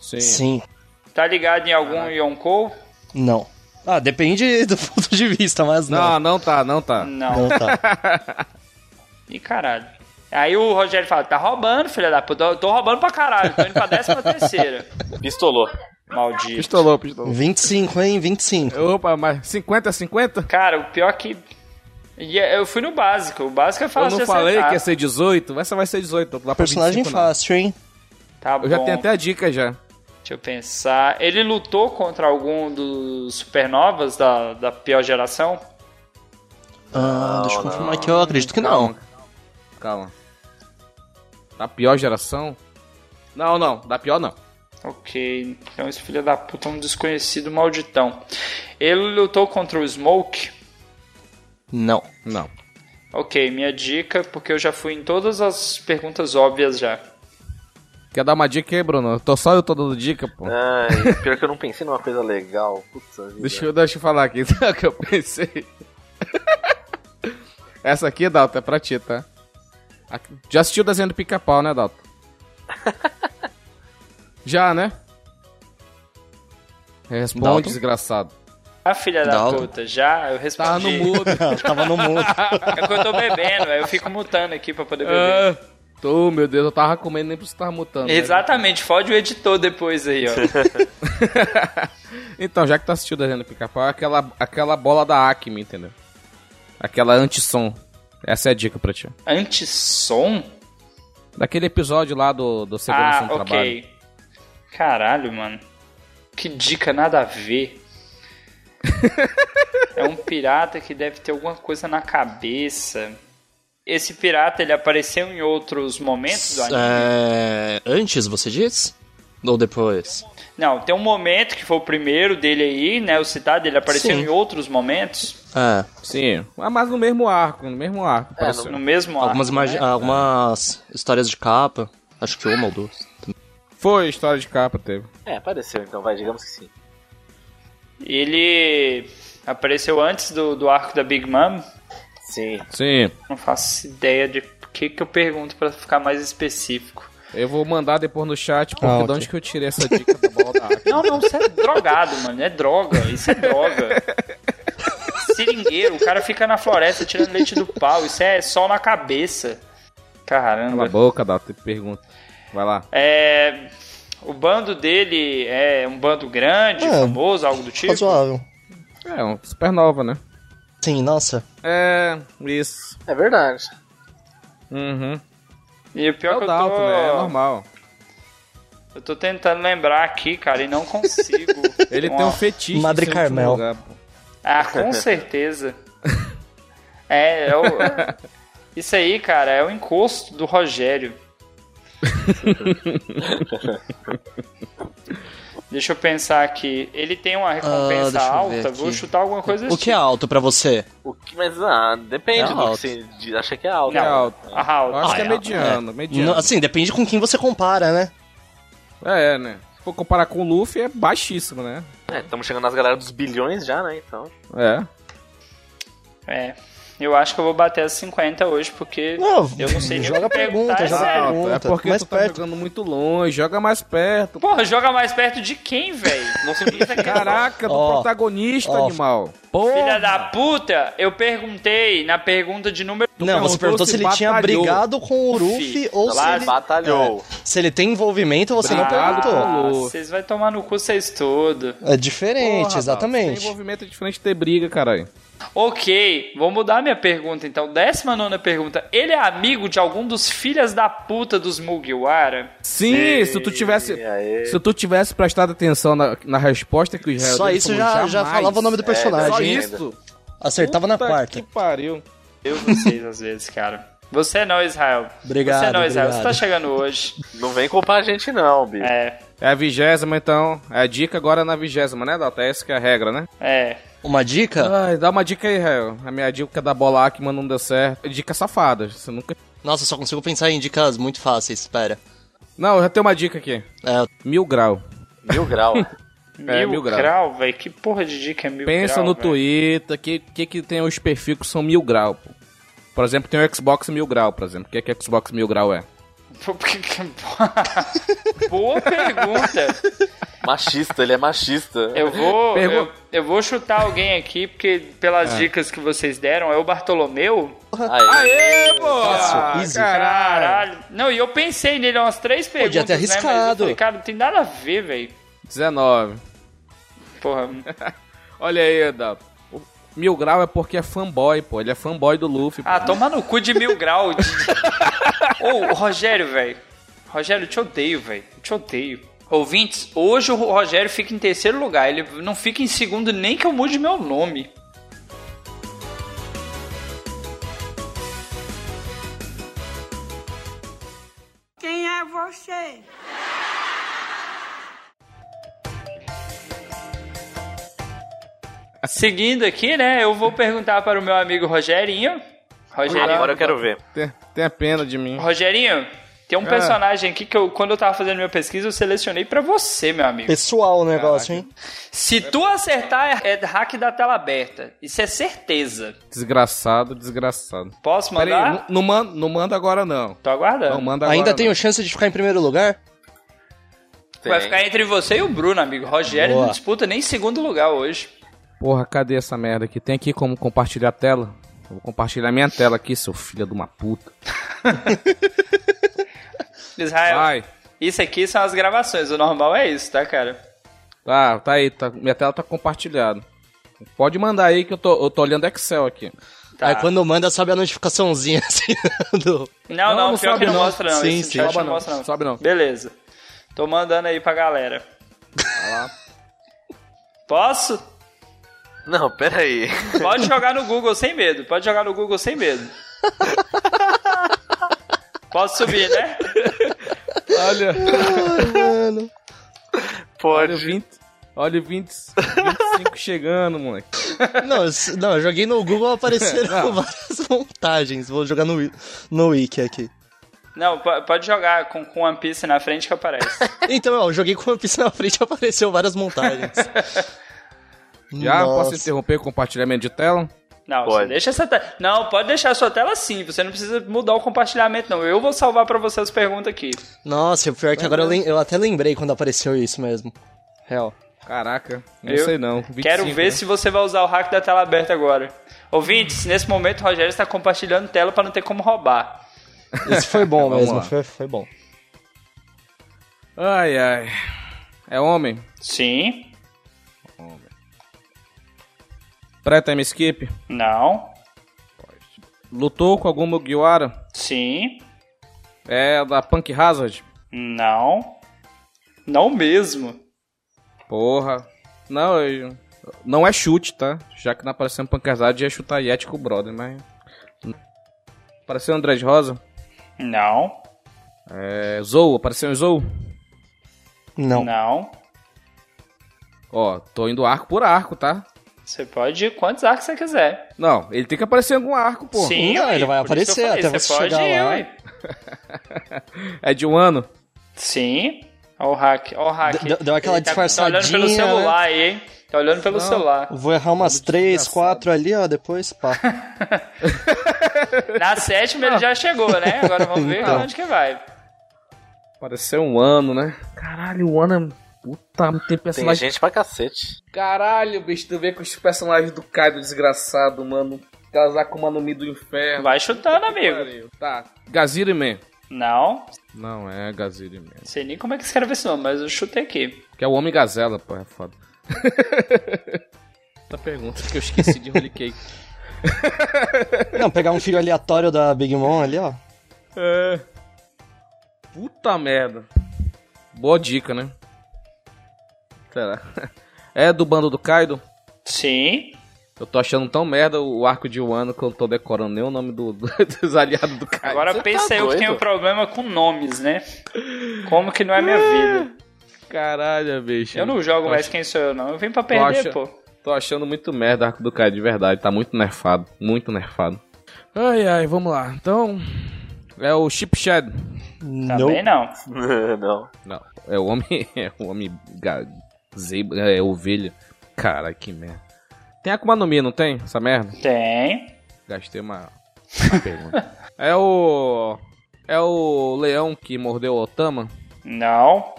Sim. Sim. Tá ligado em algum Yonkou? Não. Ah, depende do ponto de vista, mas não. Não, não tá, não tá. Não. tá. Ih, caralho. Aí o Rogério fala, tá roubando, filha da puta. Eu Tô roubando pra caralho, tô indo pra décima terceira. Pistolou. Maldito. Pistolou, pistolou. 25, hein? 25. Opa, mas 50 é 50? Cara, o pior é que E é- eu fui no básico. O básico é Eu fácil não de falei acertar. que ia ser 18, essa vai ser 18. Não dá pra Personagem 25, não. fácil, hein? Tá Eu já bom. tenho até a dica já. Deixa eu pensar. Ele lutou contra algum dos supernovas da, da pior geração? Ah, deixa eu confirmar aqui, eu acredito que não. Calma. Da pior geração? Não, não. Da pior, não. Ok, então esse filho da puta é um desconhecido malditão. Ele lutou contra o Smoke? Não. Não. Ok, minha dica, porque eu já fui em todas as perguntas óbvias já. Quer dar uma dica aí, Bruno? Eu tô só eu tô dando dica, pô. Ai, pior que eu não pensei numa coisa legal. Puta vida. Deixa eu, deixa eu falar aqui, sabe o que eu pensei? Essa aqui, Dalton, é pra ti, tá? Aqui- Já assistiu o desenho do pica-pau, né, Dalton? Já, né? Responde, Dalton? desgraçado. Ah, filha da Dalton. puta, já Tá eu respondi. no mudo. Tava no mundo. É que eu tô bebendo, aí eu fico mutando aqui pra poder beber. Ah, Tô, meu Deus, eu tava comendo nem pra você tava mutando. né? Exatamente, fode o editor depois aí, ó. Então, já que tu assistiu o desenho do pica-pau, é aquela, aquela bola da Acme, entendeu? Aquela anti-som. Essa é a dica pra ti. Antissom? Daquele episódio lá do, do Segurança ah, no ok. Trabalho. Caralho, mano. Que dica nada a ver. é um pirata que deve ter alguma coisa na cabeça. Esse pirata, ele apareceu em outros momentos do anime? É, antes, você diz? Ou depois? Não, tem um momento que foi o primeiro dele aí, né? O citado, ele apareceu Sim. em outros momentos. É, Sim, Ah, mas no mesmo arco, no mesmo arco. pareceu. É, No mesmo algumas, arco, imagi- né? algumas histórias de capa. Acho que uma ou duas. Foi história de capa, teve. É, apareceu então, vai, digamos que sim. Ele apareceu antes do, do arco da Big Mom. Sim. Sim, Não faço ideia de o que, que eu pergunto pra ficar mais específico. eu vou mandar depois no chat, porque Ah, ok. de onde que eu tirei essa dica da bola da Acme? Não, não, você é drogado, mano. É droga. Isso é droga. Seringueiro, o cara fica na floresta tirando leite do pau. Isso é sol na cabeça. Cala a Caramba. boca, Dalton, pergunta. Vai lá. É. O bando dele é um bando grande, É. famoso, algo do tipo. Razoável. É, um supernova, né? Sim, nossa. É, isso. É verdade. Uhum. E o É pior o que eu Dalton, tô. né? É normal. Eu tô tentando lembrar aqui, cara, e não consigo. Ele Uma- tem um fetiche. Madre em último Carmel. lugar, pô. Ah, com certeza. É, é o... Isso aí, cara, é o encosto do Rogério. Deixa eu pensar aqui. Ele tem uma recompensa Ah, deixa eu ver alta. aqui. Vou chutar alguma coisa assim. O que é alto pra você? O que, mas ah, depende É do alto. que você di- acha que é alto. É Não. alto. Ah, Eu alta. acho Ah, que é é, mediano, mediano. Não, assim, depende com quem você compara, né? É, né? Se for comparar com o Luffy, é baixíssimo, né? É, estamos chegando nas galera dos bilhões já, né? Então. É. É. Eu acho que eu vou bater as 50 hoje, porque eu não sei nem joga o que perguntar, pergunta, é joga sério. Alto. pergunta. É porque mais tu tá perto. jogando muito longe, joga mais perto. Porra, joga mais perto de quem, velho? é Caraca, do Ó, protagonista, ó. animal. Porra. Filha da puta, eu perguntei na pergunta de número Não, você perguntou se ele tinha batalhou. brigado com o Ruffy Luffy. tá ou se Tá Lá ele, É. batalhou. se ele tem envolvimento, você não Brigado perguntou. com Ah, Alô. vocês vai tomar no cu vocês tudo. É diferente, Porra, Dalton, Tem exatamente. envolvimento é diferente de ter briga, caralho. Ok, vou mudar minha pergunta então. Décima nona pergunta. Ele é amigo de algum dos filhas da puta dos Mugiwara? Sim, se tu tivesse. E aí? Se tu tivesse prestado atenção na, na resposta que o Israel Só deu, isso tu já, falou, já jamais. falava o nome do personagem. É, Só hein? isso? Acertava na Puta quarta. Que pariu. Eu não sei às vezes, cara. Você não, Israel. Obrigado, Você não, Israel. obrigado. Você tá chegando hoje. Não vem culpar a gente, não, bicho. É, É a vigésima, então. É a dica agora é na vigésima, né, Dalton? É essa que é a regra, né? é. Uma dica? Ai, dá uma dica aí, Israel. É A minha dica da bola que mano, não deu certo. Dica safada. Você nunca. Nossa, eu só consigo pensar em dicas muito fáceis, espera. Não, eu já tenho uma dica aqui. É, Mil grau. Mil grau. Mil, É, mil grau, grau. velho. Que porra de dica é mil Pensa grau, no velho? Twitter, que, que que tem os perfis que são mil grau, pô. Por exemplo, tem o Xbox mil grau, por exemplo. O que é que o Xbox mil grau é? Pô, porque que- é Boa pergunta. machista, ele é machista. Eu vou, Pergun- eu, eu vou chutar alguém aqui, porque Ah. pelas dicas que vocês deram, é o Bartolomeu. Aí. Aê, pô! Fácil, easy. Caralho. Não, e eu pensei nele umas três perguntas, Podia ter né? Mas eu arriscado. falei, cara, não tem nada a ver, velho. 19. Porra. Olha aí, Dapo. Mil Grau é porque é fanboy, pô. Ele é fanboy do Luffy. Ah, toma no cu de mil grau. de- Ô, Rogério, velho. Rogério, eu te odeio, velho. Eu te odeio. Ouvintes, hoje o Rogério fica em terceiro lugar. Ele não fica em segundo nem que eu mude meu nome. Quem é você? Seguindo aqui, né, eu vou perguntar para o meu amigo Rogerinho. Rogerinho, Agora eu quero ver. Tem, tem a pena de mim. Rogerinho, tem um Ah. personagem aqui que eu, quando eu tava fazendo minha pesquisa, eu selecionei pra você, meu amigo. Pessoal o negócio, hein? Se tu acertar, é é hack da tela aberta. Isso é certeza. Desgraçado, desgraçado. Posso Peraí, mandar? É. não- não manda, não manda agora não. Tô aguardando. Não manda agora. Ainda não. tenho chance de ficar em primeiro lugar? Vai ficar entre você e o Bruno, amigo. Rogério Boa. não disputa nem segundo lugar hoje. Porra, cadê essa merda aqui? Tem aqui como compartilhar a tela? Eu vou compartilhar minha tela aqui, seu filho de uma puta. Israel, Vai. isso aqui são as gravações. O normal é isso, tá, cara? Tá, tá aí. tá- minha tela tá compartilhada. Pode mandar aí que eu tô, eu tô olhando Excel aqui. Tá. Aí quando manda, sobe a notificaçãozinha assim. do- Não, não, não pior sobe que não, não. mostra não. Sim, Esse sim. chat Sobe não não, mostra não. sobe não. Beleza. Tô mandando aí pra galera. Posso? Não, peraí. Pode jogar no Google sem medo. Pode jogar no Google sem medo. Posso subir, né? Olha, olha o Pode. 20. Olha o 20, 25 chegando, moleque. Não, s- não, eu joguei no Google apareceram várias montagens. Vou jogar no, Wi- no Wiki aqui. Não, po- pode jogar com, com One Piece na frente que aparece. Então, ó, eu joguei com o One Piece na frente e apareceu várias montagens. Já Nossa. posso interromper o compartilhamento de tela? Não, Pode. você deixa essa tela. Não, pode deixar a sua tela sim. Você não precisa mudar o compartilhamento, não. Eu vou salvar pra você as perguntas aqui. Nossa, o pior é que agora eu, lem- eu até lembrei quando apareceu isso mesmo. Real. Caraca, não Eu sei não. 25, Quero ver né? se você vai usar o hack da tela aberta agora. Ouvintes, nesse momento o Rogério está compartilhando tela pra não ter como roubar. Isso foi bom Vamos mesmo, lá. foi, foi bom. Ai, ai. É homem? Sim. Pré-time skip? Não. Lutou com algum Mugiwara? Sim. É da Punk Hazard? Não. Não mesmo. Porra. Não, eu- não é chute, tá? Já que não apareceu um Punk Hazard, ia chutar Yeti com o é tipo brother, mas... Apareceu André de Rosa? Não. É, Zou, apareceu um Zou? Não. Não. Ó, tô indo arco por arco, tá? Você pode ir quantos arcos você quiser. Não, ele tem que aparecer em algum arco, pô. Sim, Não, ué, ele vai por isso que eu aparecer falei, até você chegar pode ir, lá. ué. É de um ano? Sim. Olha o hack. Olha o hack. Deu- deu aquela Ele tá- Tá olhando pelo disfarçadinha, né? celular aí, hein? Tá olhando pelo celular. Vou errar umas três, quatro ali, ó, depois, pá. Na sétima ele já chegou, né? Agora vamos ver Então. onde que vai. Apareceu um ano, né? Caralho, um ano é... Puta, tem Tem personagem... gente pra cacete. Caralho, bicho, tu vê com os personagens do Kaido desgraçado, mano. Casar com uma no meio do inferno. Vai chutando, amigo. Pariu. Tá. Gaziri Man. Não. Não, é Gaziri Man. Não sei nem como é que escreve esse nome, mas eu chutei aqui. Que é o Homem Gazela, pô, é foda. Outra pergunta que eu esqueci de Holy Cake. Não, pegar um filho aleatório da Big Mom ali, ó. É. Puta merda. Boa dica, né? Será? É do bando do Kaido? Sim. Eu tô achando tão merda o arco de Wano que eu não tô decorando nem o nome do- do- dos aliados do Kaido. Agora pensa eu que tenho problema com nomes, né? Como que não é minha vida? Caralho, bicho. Eu não jogo Tô mais quem sou eu, não. Eu vim pra acha- perder, pô. Tô achando muito merda o arco do Kaido, de verdade. Tá muito nerfado. Muito nerfado. Ai, ai, vamos lá. Então. É o Chip Shadow. Também não. não. Não, é o homem. É o homem. ga- Zebra, é ovelha. Cara, que merda. Tem Akuma no Mi, não tem? Essa merda? Tem. Gastei uma, uma pergunta. É o. É o leão que mordeu o Otama? Não.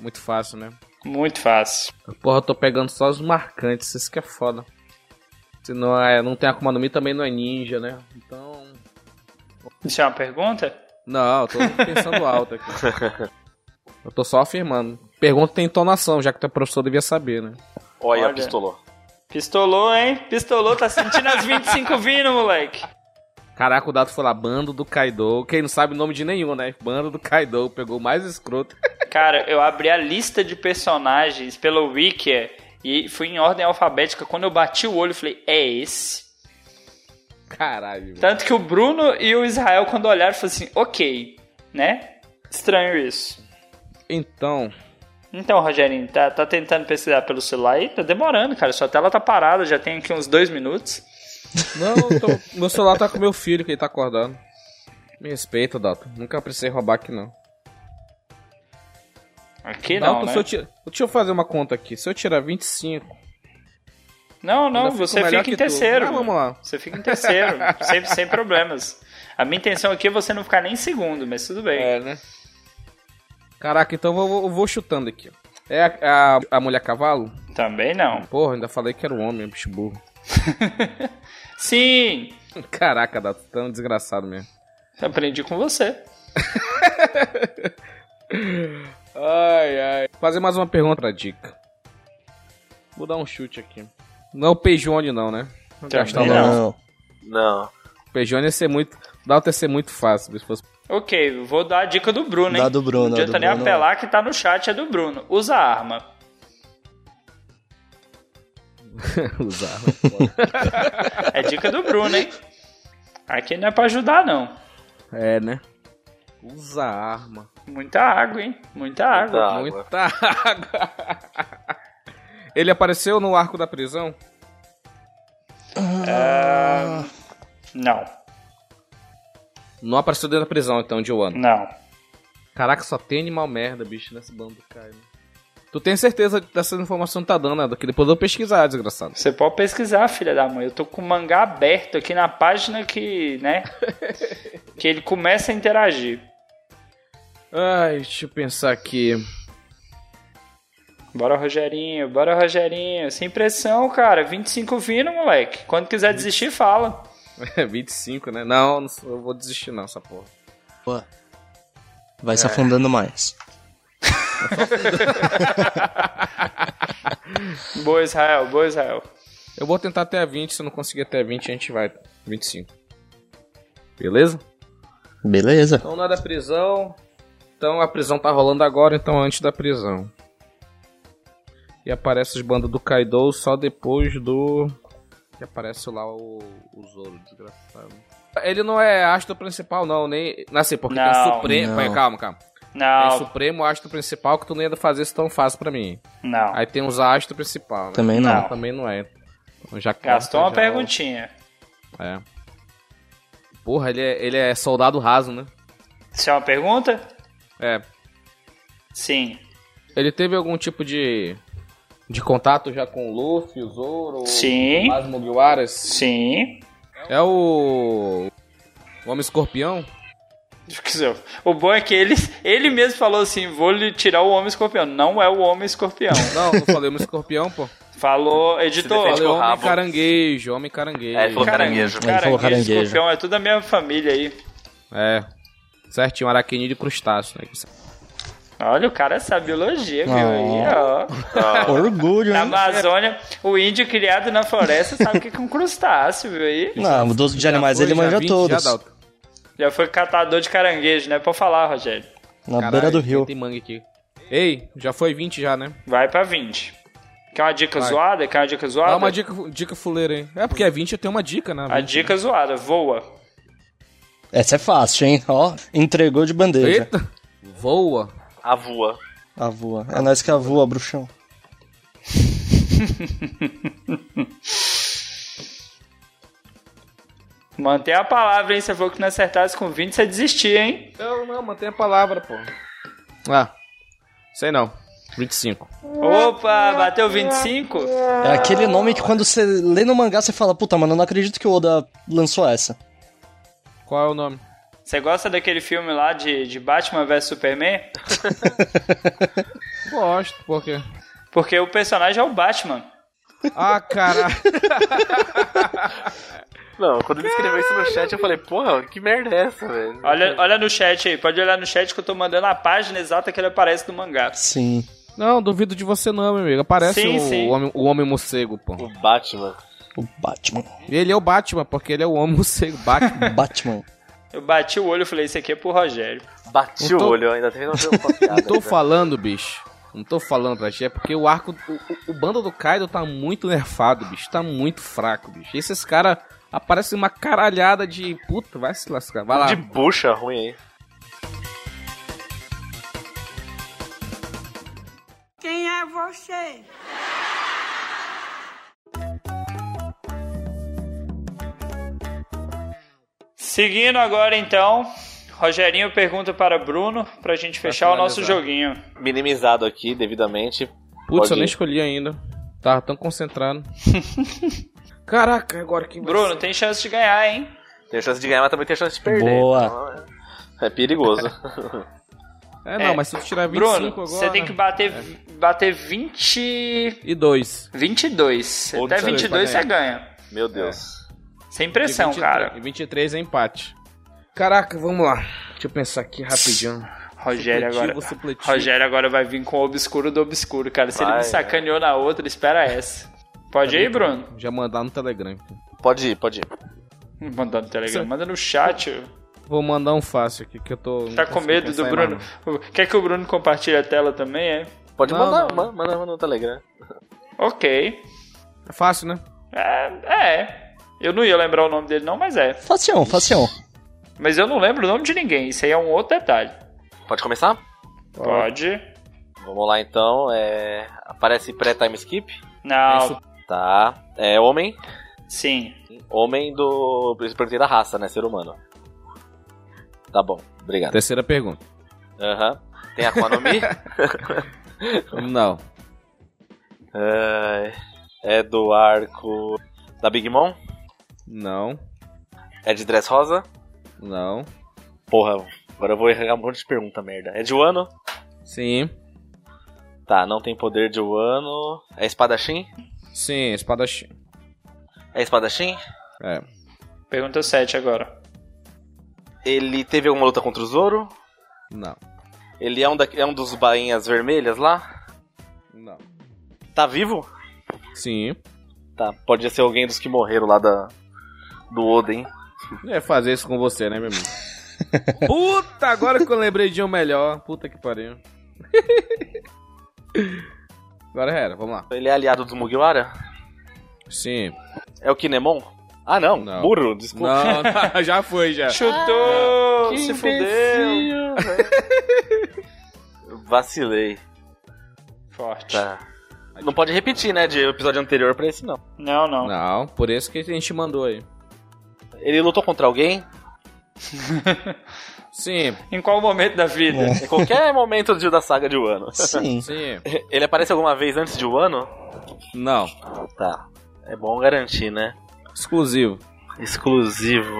Muito fácil, né? Muito fácil. Porra, eu tô pegando só os marcantes, isso que é foda. Se não, é, não tem Akuma no Mi, também não é ninja, né? Então. Isso é uma pergunta? Não, eu tô pensando alto aqui. Eu tô só afirmando. Pergunta tem entonação, já que tu é professor, devia saber, né? Olha, Olha. pistolou. Pistolou, hein? Pistolou, tá sentindo as 25 vindo, moleque. Caraca, o Dato foi lá, bando do Kaido. Quem não sabe o nome de nenhum, né? Bando do Kaido, pegou o mais escroto. Cara, eu abri a lista de personagens pelo Wiki e fui em ordem alfabética. Quando eu bati o olho, eu falei, é esse. Caralho. mano. Tanto que o Bruno e o Israel, quando olharam, falaram assim, ok, né? Estranho isso. Então, Então, Rogerinho, tá, tá tentando pesquisar pelo celular aí? Tá demorando, cara. Sua tela tá parada, já tem aqui uns dois minutos. não, eu tô- meu celular tá com meu filho, que ele tá acordando. Me respeita, Dato. Nunca precisei roubar aqui, não. Aqui Dato, não, né? se eu tirar- Deixa eu fazer uma conta aqui. Se eu tirar 25... Não, não, ainda fico você melhor fica em que tu. terceiro. Ah, vamos lá. Você fica em terceiro, sem, sem problemas. A minha intenção aqui é você não ficar nem em segundo, mas tudo bem. né? Caraca, então eu vou, eu vou chutando aqui. ó. É a, a, a mulher cavalo? Também não. Porra, ainda falei que era um homem, bicho burro. Sim, Caraca, Dato, tão desgraçado mesmo. aprendi com você. Ai, ai. Fazer mais uma pergunta pra dica. Vou dar um chute aqui. Não é o Pejone, não, né? Não Também gastar não. não. Não. Pejone ia ser muito. Dá o ser muito fácil, bicho, se fosse. Ok, vou dar a dica do Bruno, hein? Da do Bruno, Não a do adianta nem Bruno. apelar que tá no chat, é do Bruno. Usa a arma. usar. É dica do Bruno, hein? Aqui não é pra ajudar, não. é, né? Usa arma. Muita água, hein? Muita água. tá, Água. Muita água. Ele apareceu no arco da prisão? Não, Não apareceu dentro da prisão, então, de Wano. não. Caraca, só tem animal merda, bicho, nesse bando, cara. né? Tu tem certeza dessa informação que tá dando, né? Que depois eu vou pesquisar, desgraçado. Você pode pesquisar, filha da mãe. Eu tô com o mangá aberto aqui na página que, né? que ele começa a interagir. Ai, deixa eu pensar aqui. Bora, Rogerinho, bora, Rogerinho. Sem pressão, cara. 25 vindo, moleque. Quando quiser desistir, fala. É 25, né? Não, não sou- eu vou desistir não, essa porra. Vai se afundando mais. Boa, Israel, boa, Israel. Eu vou tentar até 20, se eu não conseguir até 20, a gente vai. 25. Beleza? Beleza. Então não é da prisão. Então a prisão tá rolando agora, então antes da prisão. E aparece os bandos do Kaido só depois do. Que aparece lá o, o Zoro, desgraçado. Ele não é astro principal, não, nem. Não, assim, porque tem Não, o Supremo. não. Pera, Calma, calma. Tem Não, Supremo astro principal que tu nem ia fazer isso tão fácil pra mim. não. Aí tem os astros principal, né? Também não. Não. Também não é. Então já Gastou uma corta, já- perguntinha. É. Porra, ele é, ele é soldado raso, né? Isso é uma pergunta? É. Sim. Ele teve algum tipo de. de contato já com o Luffy, o Zoro, Sim. o Mas Mugiwaras? Sim. É o. O Homem Escorpião? O bom é que ele, ele mesmo falou assim: vou lhe tirar o homem escorpião. Não é o homem escorpião. Não, não falei Homem Escorpião, pô. Falou, editor. defende Falei com o Homem rabo. Caranguejo, Homem Caranguejo. É, ele falou caranguejo. Ele falou caranguejo. escorpião é tudo da mesma família aí. É. Certinho, araquini de crustáceo, né? Olha, o cara sabe biologia, viu? Aí, ó. Orgulho, Na hein? Amazônia, o índio criado na floresta sabe o que que é um crustáceo, viu? Aí Não, o doce de animais Foi, ele manja 20, todos. já dá. já foi catador de caranguejo, né? Pode falar, Rogério. Na Caralho, beira do rio. Tem mangue aqui. Ei, já foi 20 já, né? Vai pra 20. Quer uma dica Vai. zoada? Quer uma dica zoada? Dá uma dica, dica fuleira, hein? É, porque é 20 eu tenho uma dica, né? A 20, dica zoada, voa. Essa é fácil, hein? Ó, entregou de né? bandeja. Eita! Voa. Ah, A voa. A voa. É nós que a voa, bruxão. Mantém a palavra, hein? Você falou que não acertasse com 20, você desistia, hein? Não, não, mantém a palavra, pô. Ah, sei não. 25. Opa, bateu 25? É aquele nome que quando você lê no mangá você fala, puta, mano, eu não acredito que o Oda lançou essa. Qual é o nome? Você gosta daquele filme lá de, de Batman vs Superman? Gosto, porque... Porque o personagem é o Batman. Ah, cara. Não, quando ele escreveu isso no chat, eu falei, porra, que merda é essa, velho? Olha, olha no chat aí, pode olhar no chat que eu tô mandando a página exata que ele aparece no mangá. Sim. Não, duvido de você não, meu amigo. Aparece Sim, o, sim. Homem, o homem morcego, pô. O Batman. O Batman. E ele é o Batman, porque ele é o homem morcego. Batman. Batman. Eu bati o olho e falei, isso aqui é pro Rogério. Bati Não o tô- olho, ainda teve uma uma Não piada. né? tô ainda. falando, bicho. Não tô falando pra ti, é porque o arco. O, o- o bando do Kaido tá muito nerfado, bicho. Tá muito fraco, bicho. Esses caras aparecem uma caralhada de. Puta, vai se lascar. Vai lá. De bucha ruim aí. Quem é você? Seguindo agora então, Rogerinho pergunta para Bruno pra gente fechar o nosso finalizar. joguinho. Minimizado aqui, devidamente. Putz, eu Pode ir. nem escolhi ainda. Tava tão concentrado. Caraca, agora que. Bruno, tem chance de ganhar, hein? Tem chance de ganhar, mas também tem chance de perder. Boa. Então, é- é perigoso. É, não, É. mas se tu tirar 25 Bruno, agora. você tem que bater, bater 20. E dois. 22. Puta, Até 22 vai você ganha. Meu Deus. Sem E pressão, 23 cara. E 23 é empate. Caraca, vamos lá. Deixa eu pensar aqui rapidinho. Rogério Supletivo, agora. supletivo. Rogério agora vai vir com o obscuro do obscuro, cara. Se ele Vai, me sacaneou na outra, espera essa. Pode ir, Bruno? Já mandar no Telegram. Pode ir, pode ir. Mandar no Telegram, Sim. manda no chat. Vou mandar um fácil aqui que eu tô. não Tá com consigo medo do pensar em Bruno? nada. Quer que o Bruno compartilhe a tela também, é? Pode Não, mandar, não. ma- manda, manda no Telegram. Ok. É fácil, né? É, é. Eu não ia lembrar o nome dele, não, mas é. Facião, facião. Mas eu não lembro o nome de ninguém. Isso aí é um outro detalhe. Pode começar? Pode. Vamos lá então. É... Aparece pré-time skip. Não. Tá. É homem. Sim. Homem do. Eu perguntei da raça, né? Ser humano. Tá bom, obrigado. Terceira pergunta. Aham. Tem Akuma no Mi. Não. É, é do arco da Big Mom? Não. É de Dress Rosa? Não. Porra, agora eu vou errar um monte de pergunta, merda. É de Wano? Sim. Tá, não tem poder de Wano. É espadachim? Sim, espadachim. É espadachim? É. Pergunta 7 agora. Ele teve alguma luta contra o Zoro? Não. Ele é um, da, é um dos bainhas vermelhas lá? Não. Tá vivo? Sim. Tá, pode ser alguém dos que morreram lá da do Oden. Não ia É fazer isso com você, né, meu amigo? Puta, agora que eu lembrei de um melhor. Puta que pariu. Agora era, vamos lá. Ele é aliado do Mugiwara? Sim. É o Kinemon? Ah, não. Não. Muro, desculpa. Não, já foi, já. Chutou! Que se fudeu! imbecil, velho. Vacilei. Forte. Tá. Não pode repetir, né? De episódio anterior pra esse, não. Não, não. Não, por isso que a gente mandou aí. Ele lutou contra alguém? Sim, Em qual momento da vida? É. Em qualquer é momento de- da saga de Wano. Sim. sim. Ele aparece alguma vez antes de Wano? Não. Tá. É bom garantir, né? Exclusivo. Exclusivo.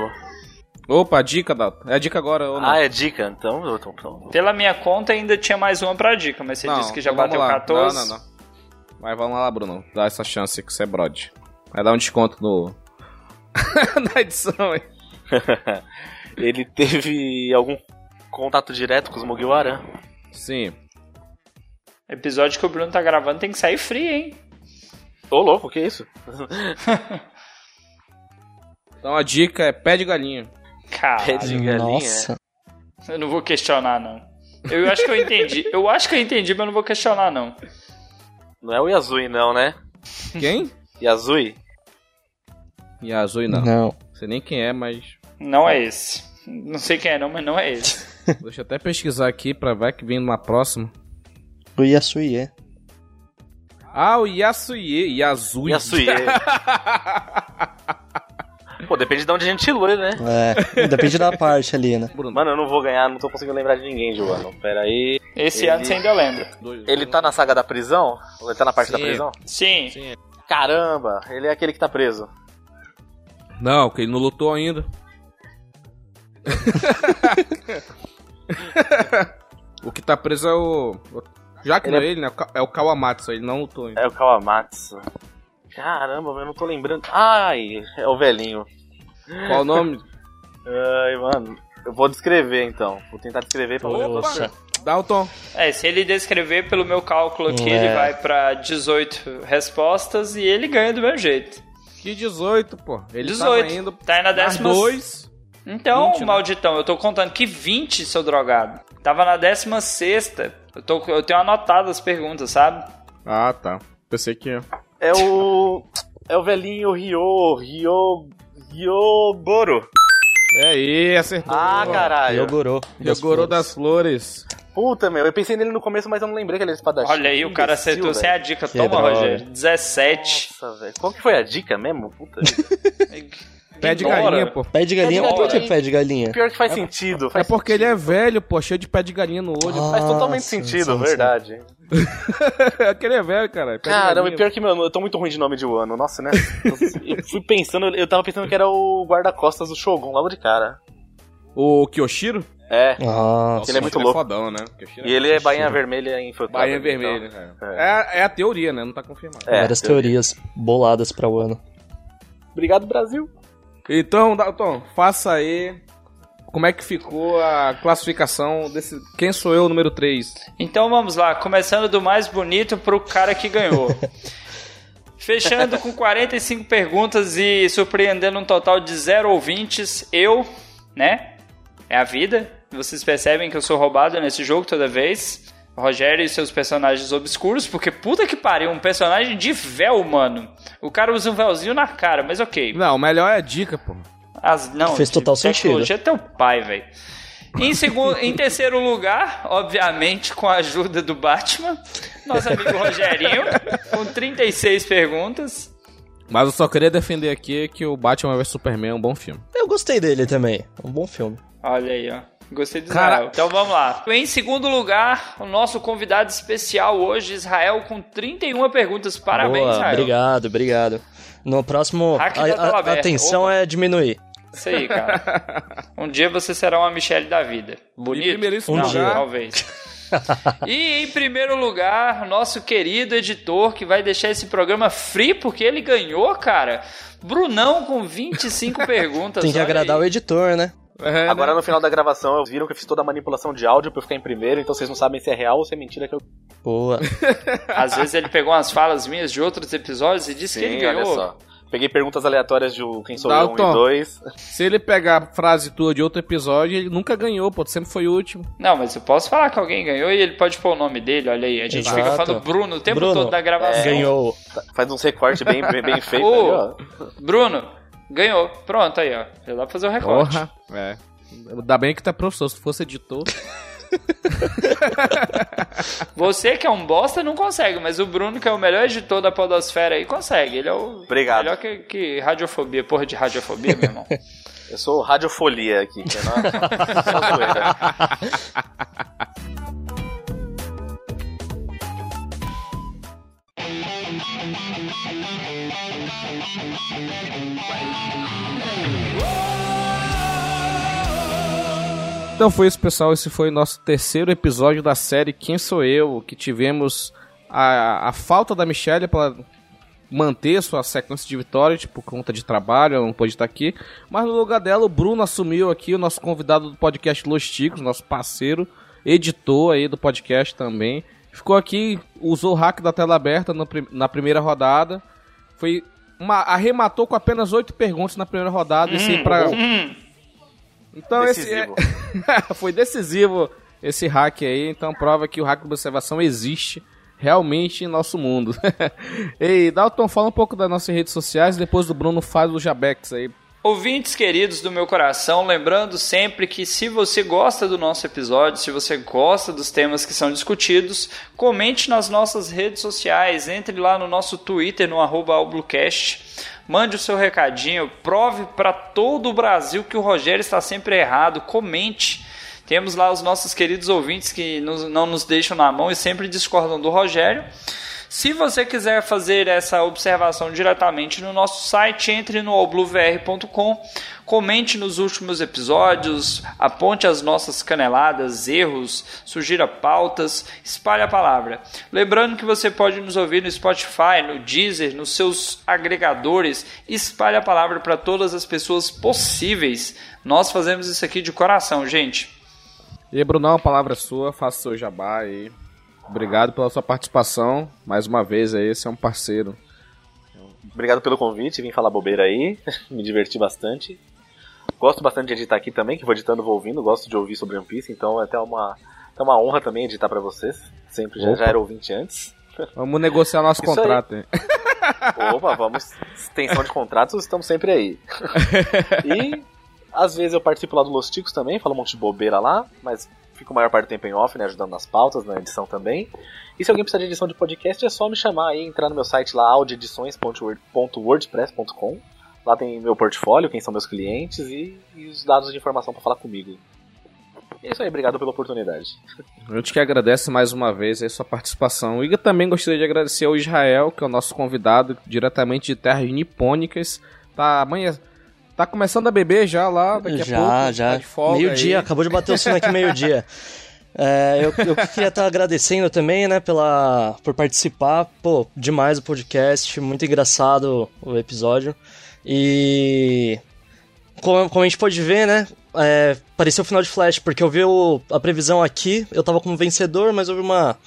Opa, dica, da... É a dica agora ou não? Ah, é dica? Então, eu tô- então. Pela minha conta, ainda tinha mais uma pra dica, mas você Não, então disse que já vamos bateu lá. 14. Não, não, não. Mas vamos lá, Bruno. Dá essa chance que você é brode. Vai dar um desconto no... na edição, hein? Ele teve algum contato direto com os Mugiwara? Sim. Episódio que o Bruno tá gravando tem que sair free, hein? Ô, louco, que isso? Então a dica é pé de galinha. Cara, Pé de galinha. Nossa. eu não vou questionar, não. Eu acho que eu entendi. Eu acho que eu entendi, mas eu não vou questionar, não. Não é o Yasui, não, né? Quem? Yasui? E a azul não. Não. Não sei nem quem é, mas... Não é esse. Não sei quem é, não, mas não é esse. Deixa eu até pesquisar aqui pra ver que vem numa próxima. O Yasui é. Ah, o Yasuye. Yasui. Yasui. Pô, depende de onde a gente lê, né? É. Depende da parte ali, né? Bruno. Mano, eu não vou ganhar, não tô conseguindo lembrar de ninguém, Giovanni. Pera aí. Esse é Ele- ano você ainda lembra. dois- Ele tá na saga da prisão? Ele tá na parte Sim. da prisão? Sim. Sim. Caramba, ele é aquele que tá preso. Não, que ele não lutou ainda. o que tá preso é o. Já que Ele não é ele, né? É o Kawamatsu, ele não lutou ainda. É o Kawamatsu. Caramba, mas eu não tô lembrando. Ai, é o velhinho. Qual o nome? Ai, mano. Eu vou descrever então. Vou tentar descrever pra ver. Opa! Dalton. É, se ele descrever pelo meu cálculo aqui, É. ele vai pra 18 respostas e ele ganha do meu jeito. Que 18, pô. Ele 18. tava indo tá aí na nas décima. dois. Então, 20, né? malditão, eu tô contando que 20, seu drogado. Tava na décima sexta. Eu, tô, eu tenho anotado as perguntas, sabe? Ah, tá. Pensei que... É o. É o velhinho Ryo. Ryo. Ryogoro. É aí, acertou. Ah, caralho. Yogoro. Yogoro das flores. Puta, meu. Eu pensei nele no começo, mas eu não lembrei que ele era espadachim. Olha aí, o Que cara imbecil, acertou velho. sem a dica. Que Toma, droga. Rogério. 17. Nossa, velho. Qual que foi a dica mesmo? Puta. Pé de Ignora. galinha, pô. Pé de galinha? Pé de Por que é galinha. pé de galinha? Pior que faz sentido. É Faz porque ele é velho, pô, cheio de pé de galinha no olho. Ah, Faz totalmente sim, sentido, sim, sim. verdade. Aquele é velho, cara. pé de Caramba, e galinha. pior que, mano, eu tô muito ruim de nome de Wano. Nossa, né? Eu fui pensando, eu tava pensando que era o guarda-costas do Shogun logo de cara. O Kyoshiro? É. Ah, Ele é muito louco. fodão, né? Kyoshiro né? E ele é bainha vermelha infiltrada. Bahia então. Vermelha. cara. É. É. É, a teoria, né? Não tá confirmado. É, Ah, várias teoria. teorias boladas pra o ano. Obrigado, Brasil. Então, Dalton, faça aí como é que ficou a classificação desse Quem Sou Eu número 3. Então vamos lá, começando do mais bonito pro cara que ganhou. Fechando com 45 perguntas e surpreendendo um total de zero ouvintes, eu, né? É a vida. Vocês percebem que eu sou roubado nesse jogo toda vez. Rogério e seus personagens obscuros, porque puta que pariu, um personagem de véu, mano. O cara usa um véuzinho na cara, mas ok. Não, o melhor é a dica, pô. As, não, Fez de total Tecnologia é teu pai, velho. Em, segundo, em terceiro lugar, obviamente, com a ajuda do Batman, nosso amigo Rogerinho, com 36 perguntas. Mas eu só queria defender aqui que o Batman vs Superman é um bom filme. Eu gostei dele também. É um bom filme. Olha aí, ó. Gostei do Cara- Israel. Então vamos lá. Em segundo lugar, o nosso convidado especial hoje, Israel, com 31 perguntas. Parabéns, Boa, Israel. obrigado, obrigado. No próximo, a, Hack da tela a- a aberta. atenção Opa. é diminuir. Isso aí, cara. Um dia você será uma Michelle da vida. Bonito? Em primeiríssimo Um Não, lugar- talvez. e em primeiro lugar, nosso querido editor que vai deixar esse programa free porque ele ganhou, cara. Brunão com 25 perguntas. Tem que olha agradar aí. o editor, né? É, Agora né? no final da gravação, eu viram que eu fiz toda a manipulação de áudio pra eu ficar em primeiro, então vocês não sabem se é real ou se é mentira que eu. Boa. Às vezes ele pegou umas falas minhas de outros episódios e disse que ele ganhou. olha só. Peguei perguntas aleatórias de o Quem Sou Eu 1 Dalton. e 2. se ele pegar a frase tua de outro episódio, ele nunca ganhou, pô. Sempre foi o último. Não, mas eu posso falar que alguém ganhou e ele pode pôr o nome dele, olha aí. A gente Exato. fica falando Bruno o tempo Bruno, todo da gravação. Ganhou. Faz uns recortes bem, bem, bem feitos Ô. ali, ó. Bruno, ganhou. Pronto, aí, ó. Já dá pra fazer o recorte. Porra. É. Ainda bem que tá professor. Se fosse editor. Você que é um bosta não consegue, mas o Bruno, que é o melhor editor da Podosfera aí, consegue. Ele é o Obrigado. melhor que, que radiofobia, porra de radiofobia, meu irmão. Eu sou radiofolia aqui. que é na- só zoeira. Então foi isso, pessoal. Esse foi o nosso terceiro episódio da série Quem Sou Eu, que tivemos a, a falta da Michelle para manter sua sequência de vitórias, tipo, por conta de trabalho, ela não pôde estar aqui. Mas no lugar dela, o Bruno assumiu aqui, o nosso convidado do podcast Los Ticos, nosso parceiro, editor aí do podcast também. Ficou aqui, usou o hack da tela aberta no prim- na primeira rodada. Foi uma, arrematou com apenas oito perguntas na primeira rodada. e sem pra... Então esse, é- Decisivo. foi decisivo esse hack aí, então prova que o hack de observação existe realmente em nosso mundo. Ei, Dalton, fala um pouco das nossas redes sociais, depois do Bruno faz o Jabex aí. Ouvintes queridos do meu coração, lembrando sempre que se você gosta do nosso episódio, se você gosta dos temas que são discutidos, comente nas nossas redes sociais, entre lá no nosso Twitter, no arroba AlbluCast, mande o seu recadinho, prove para todo o Brasil que o Rogério está sempre errado, comente. Temos lá os nossos queridos ouvintes que nos- não nos deixam na mão e sempre discordam do Rogério. Se você quiser fazer essa observação diretamente no nosso site, entre no allbluevr.com, comente nos últimos episódios, aponte as nossas caneladas, erros, sugira pautas, espalhe a palavra. Lembrando que você pode nos ouvir no Spotify, no Deezer, nos seus agregadores, espalhe a palavra para todas as pessoas possíveis. Nós fazemos isso aqui de coração, gente. E Brunão, a palavra é sua, faça o seu jabá aí. Obrigado pela sua participação. Mais uma vez aí, você é um parceiro. Obrigado pelo convite, vim falar bobeira aí, me diverti bastante. Gosto bastante de editar aqui também, que vou editando, vou ouvindo, gosto de ouvir sobre One Piece, então é até uma, até uma honra também editar pra vocês. Sempre já, Opa. já era ouvinte antes. Vamos negociar nosso Isso aí. contrato, hein? Opa, vamos, extensão de contratos, estamos sempre aí. E às vezes eu participo lá do Los Ticos também, falo um monte de bobeira lá, mas fico a maior parte do tempo em off, né, ajudando nas pautas, na edição também. E se alguém precisar de edição de podcast, é só me chamar aí, entrar no meu site lá, audioedições.word.wordpress.com. Lá tem meu portfólio, quem são meus clientes e, e os dados de informação pra falar comigo. E é isso aí, obrigado pela oportunidade. Eu te que agradeço mais uma vez aí sua participação. E eu também gostaria de agradecer ao Israel, que é o nosso convidado diretamente de terras nipônicas. Tá, amanhã. Tá começando a beber já lá, daqui a pouco. já, já. Tá de folga meio-dia, aí. acabou de bater o sino aqui meio-dia. É, eu, eu queria estar agradecendo também, né, pela, por participar. Pô, demais o podcast, muito engraçado o episódio. E. Como, como a gente pode ver, né? É, pareceu o final de Flash, porque eu vi o- a previsão aqui, eu tava como vencedor, mas houve uma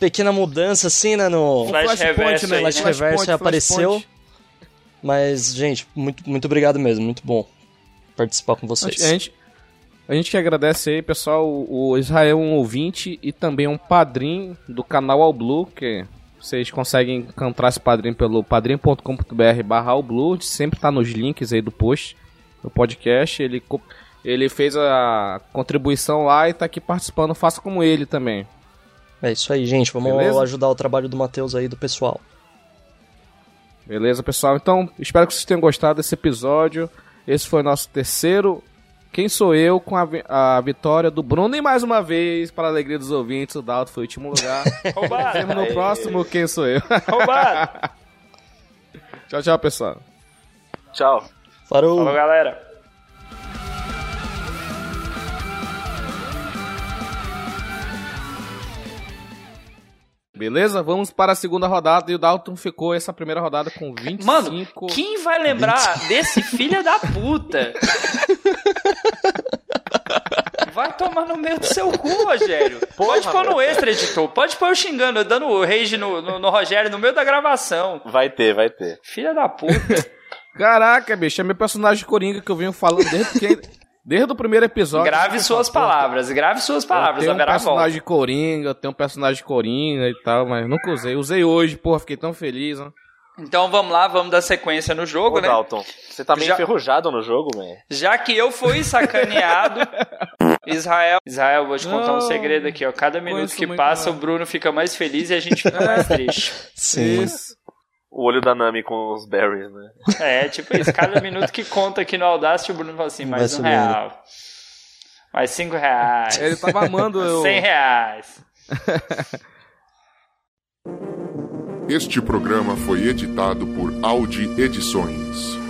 pequena mudança assim, né? No, Flash reverso aí, Flash né? reverso Flashpoint, apareceu. Flashpoint. Mas, gente, muito, muito obrigado mesmo, muito bom participar com vocês. A gente, a gente que agradece aí, pessoal. O, o Israel é um ouvinte e também um padrinho do canal All Blue, que vocês conseguem encontrar esse padrinho pelo padrim.com.br barra All Blue. Sempre tá nos links aí do post, do podcast. Ele, co- ele fez a contribuição lá e tá aqui participando. Faça como ele também. É isso aí, gente. Vamos Beleza? ajudar o trabalho do Matheus aí, do pessoal. Beleza, pessoal? Então, espero que vocês tenham gostado desse episódio. Esse foi o nosso terceiro Quem Sou Eu com a, vi- a vitória do Bruno. E mais uma vez, para a alegria dos ouvintes, o Dalton foi o último lugar. Roubado, Vemos no próximo Quem Sou Eu. roubado. tchau, tchau, pessoal. Tchau. Parou! Falou, galera. Beleza? Vamos para a segunda rodada. E o Dalton ficou essa primeira rodada com 25. Mano, quem vai lembrar desse filho da puta? Vai tomar no meio do seu cu, Rogério. Pode pôr no extra, editor. Pode pôr eu xingando, eu dando rage no, no, no Rogério no meio da gravação. Vai ter, vai ter. Filha da puta. Caraca, bicho, é meu personagem coringa que eu venho falando desde, que- desde o primeiro episódio. Grave suas palavras, grave suas palavras. Tem um Haverá volta. personagem coringa, tem um personagem coringa e tal, mas nunca usei. Usei hoje, porra, fiquei tão feliz. né? Ó. Então vamos lá, vamos dar sequência no jogo, Ô, né? Dalton, você tá meio Já- enferrujado no jogo, man. Já que eu fui sacaneado, Israel. Israel, vou te contar um Não, segredo aqui, ó. Cada minuto conheço que muito É. passa, não. o Bruno fica mais feliz e a gente fica mais triste. Sim. O olho da Nami com os berries, né? É, tipo isso. Cada minuto que conta aqui no Audacity, o Bruno fala assim, Vai mais um subindo. real. Mais cinco reais. Ele tava amando eu. Cem reais. Este programa foi editado por Audi Edições.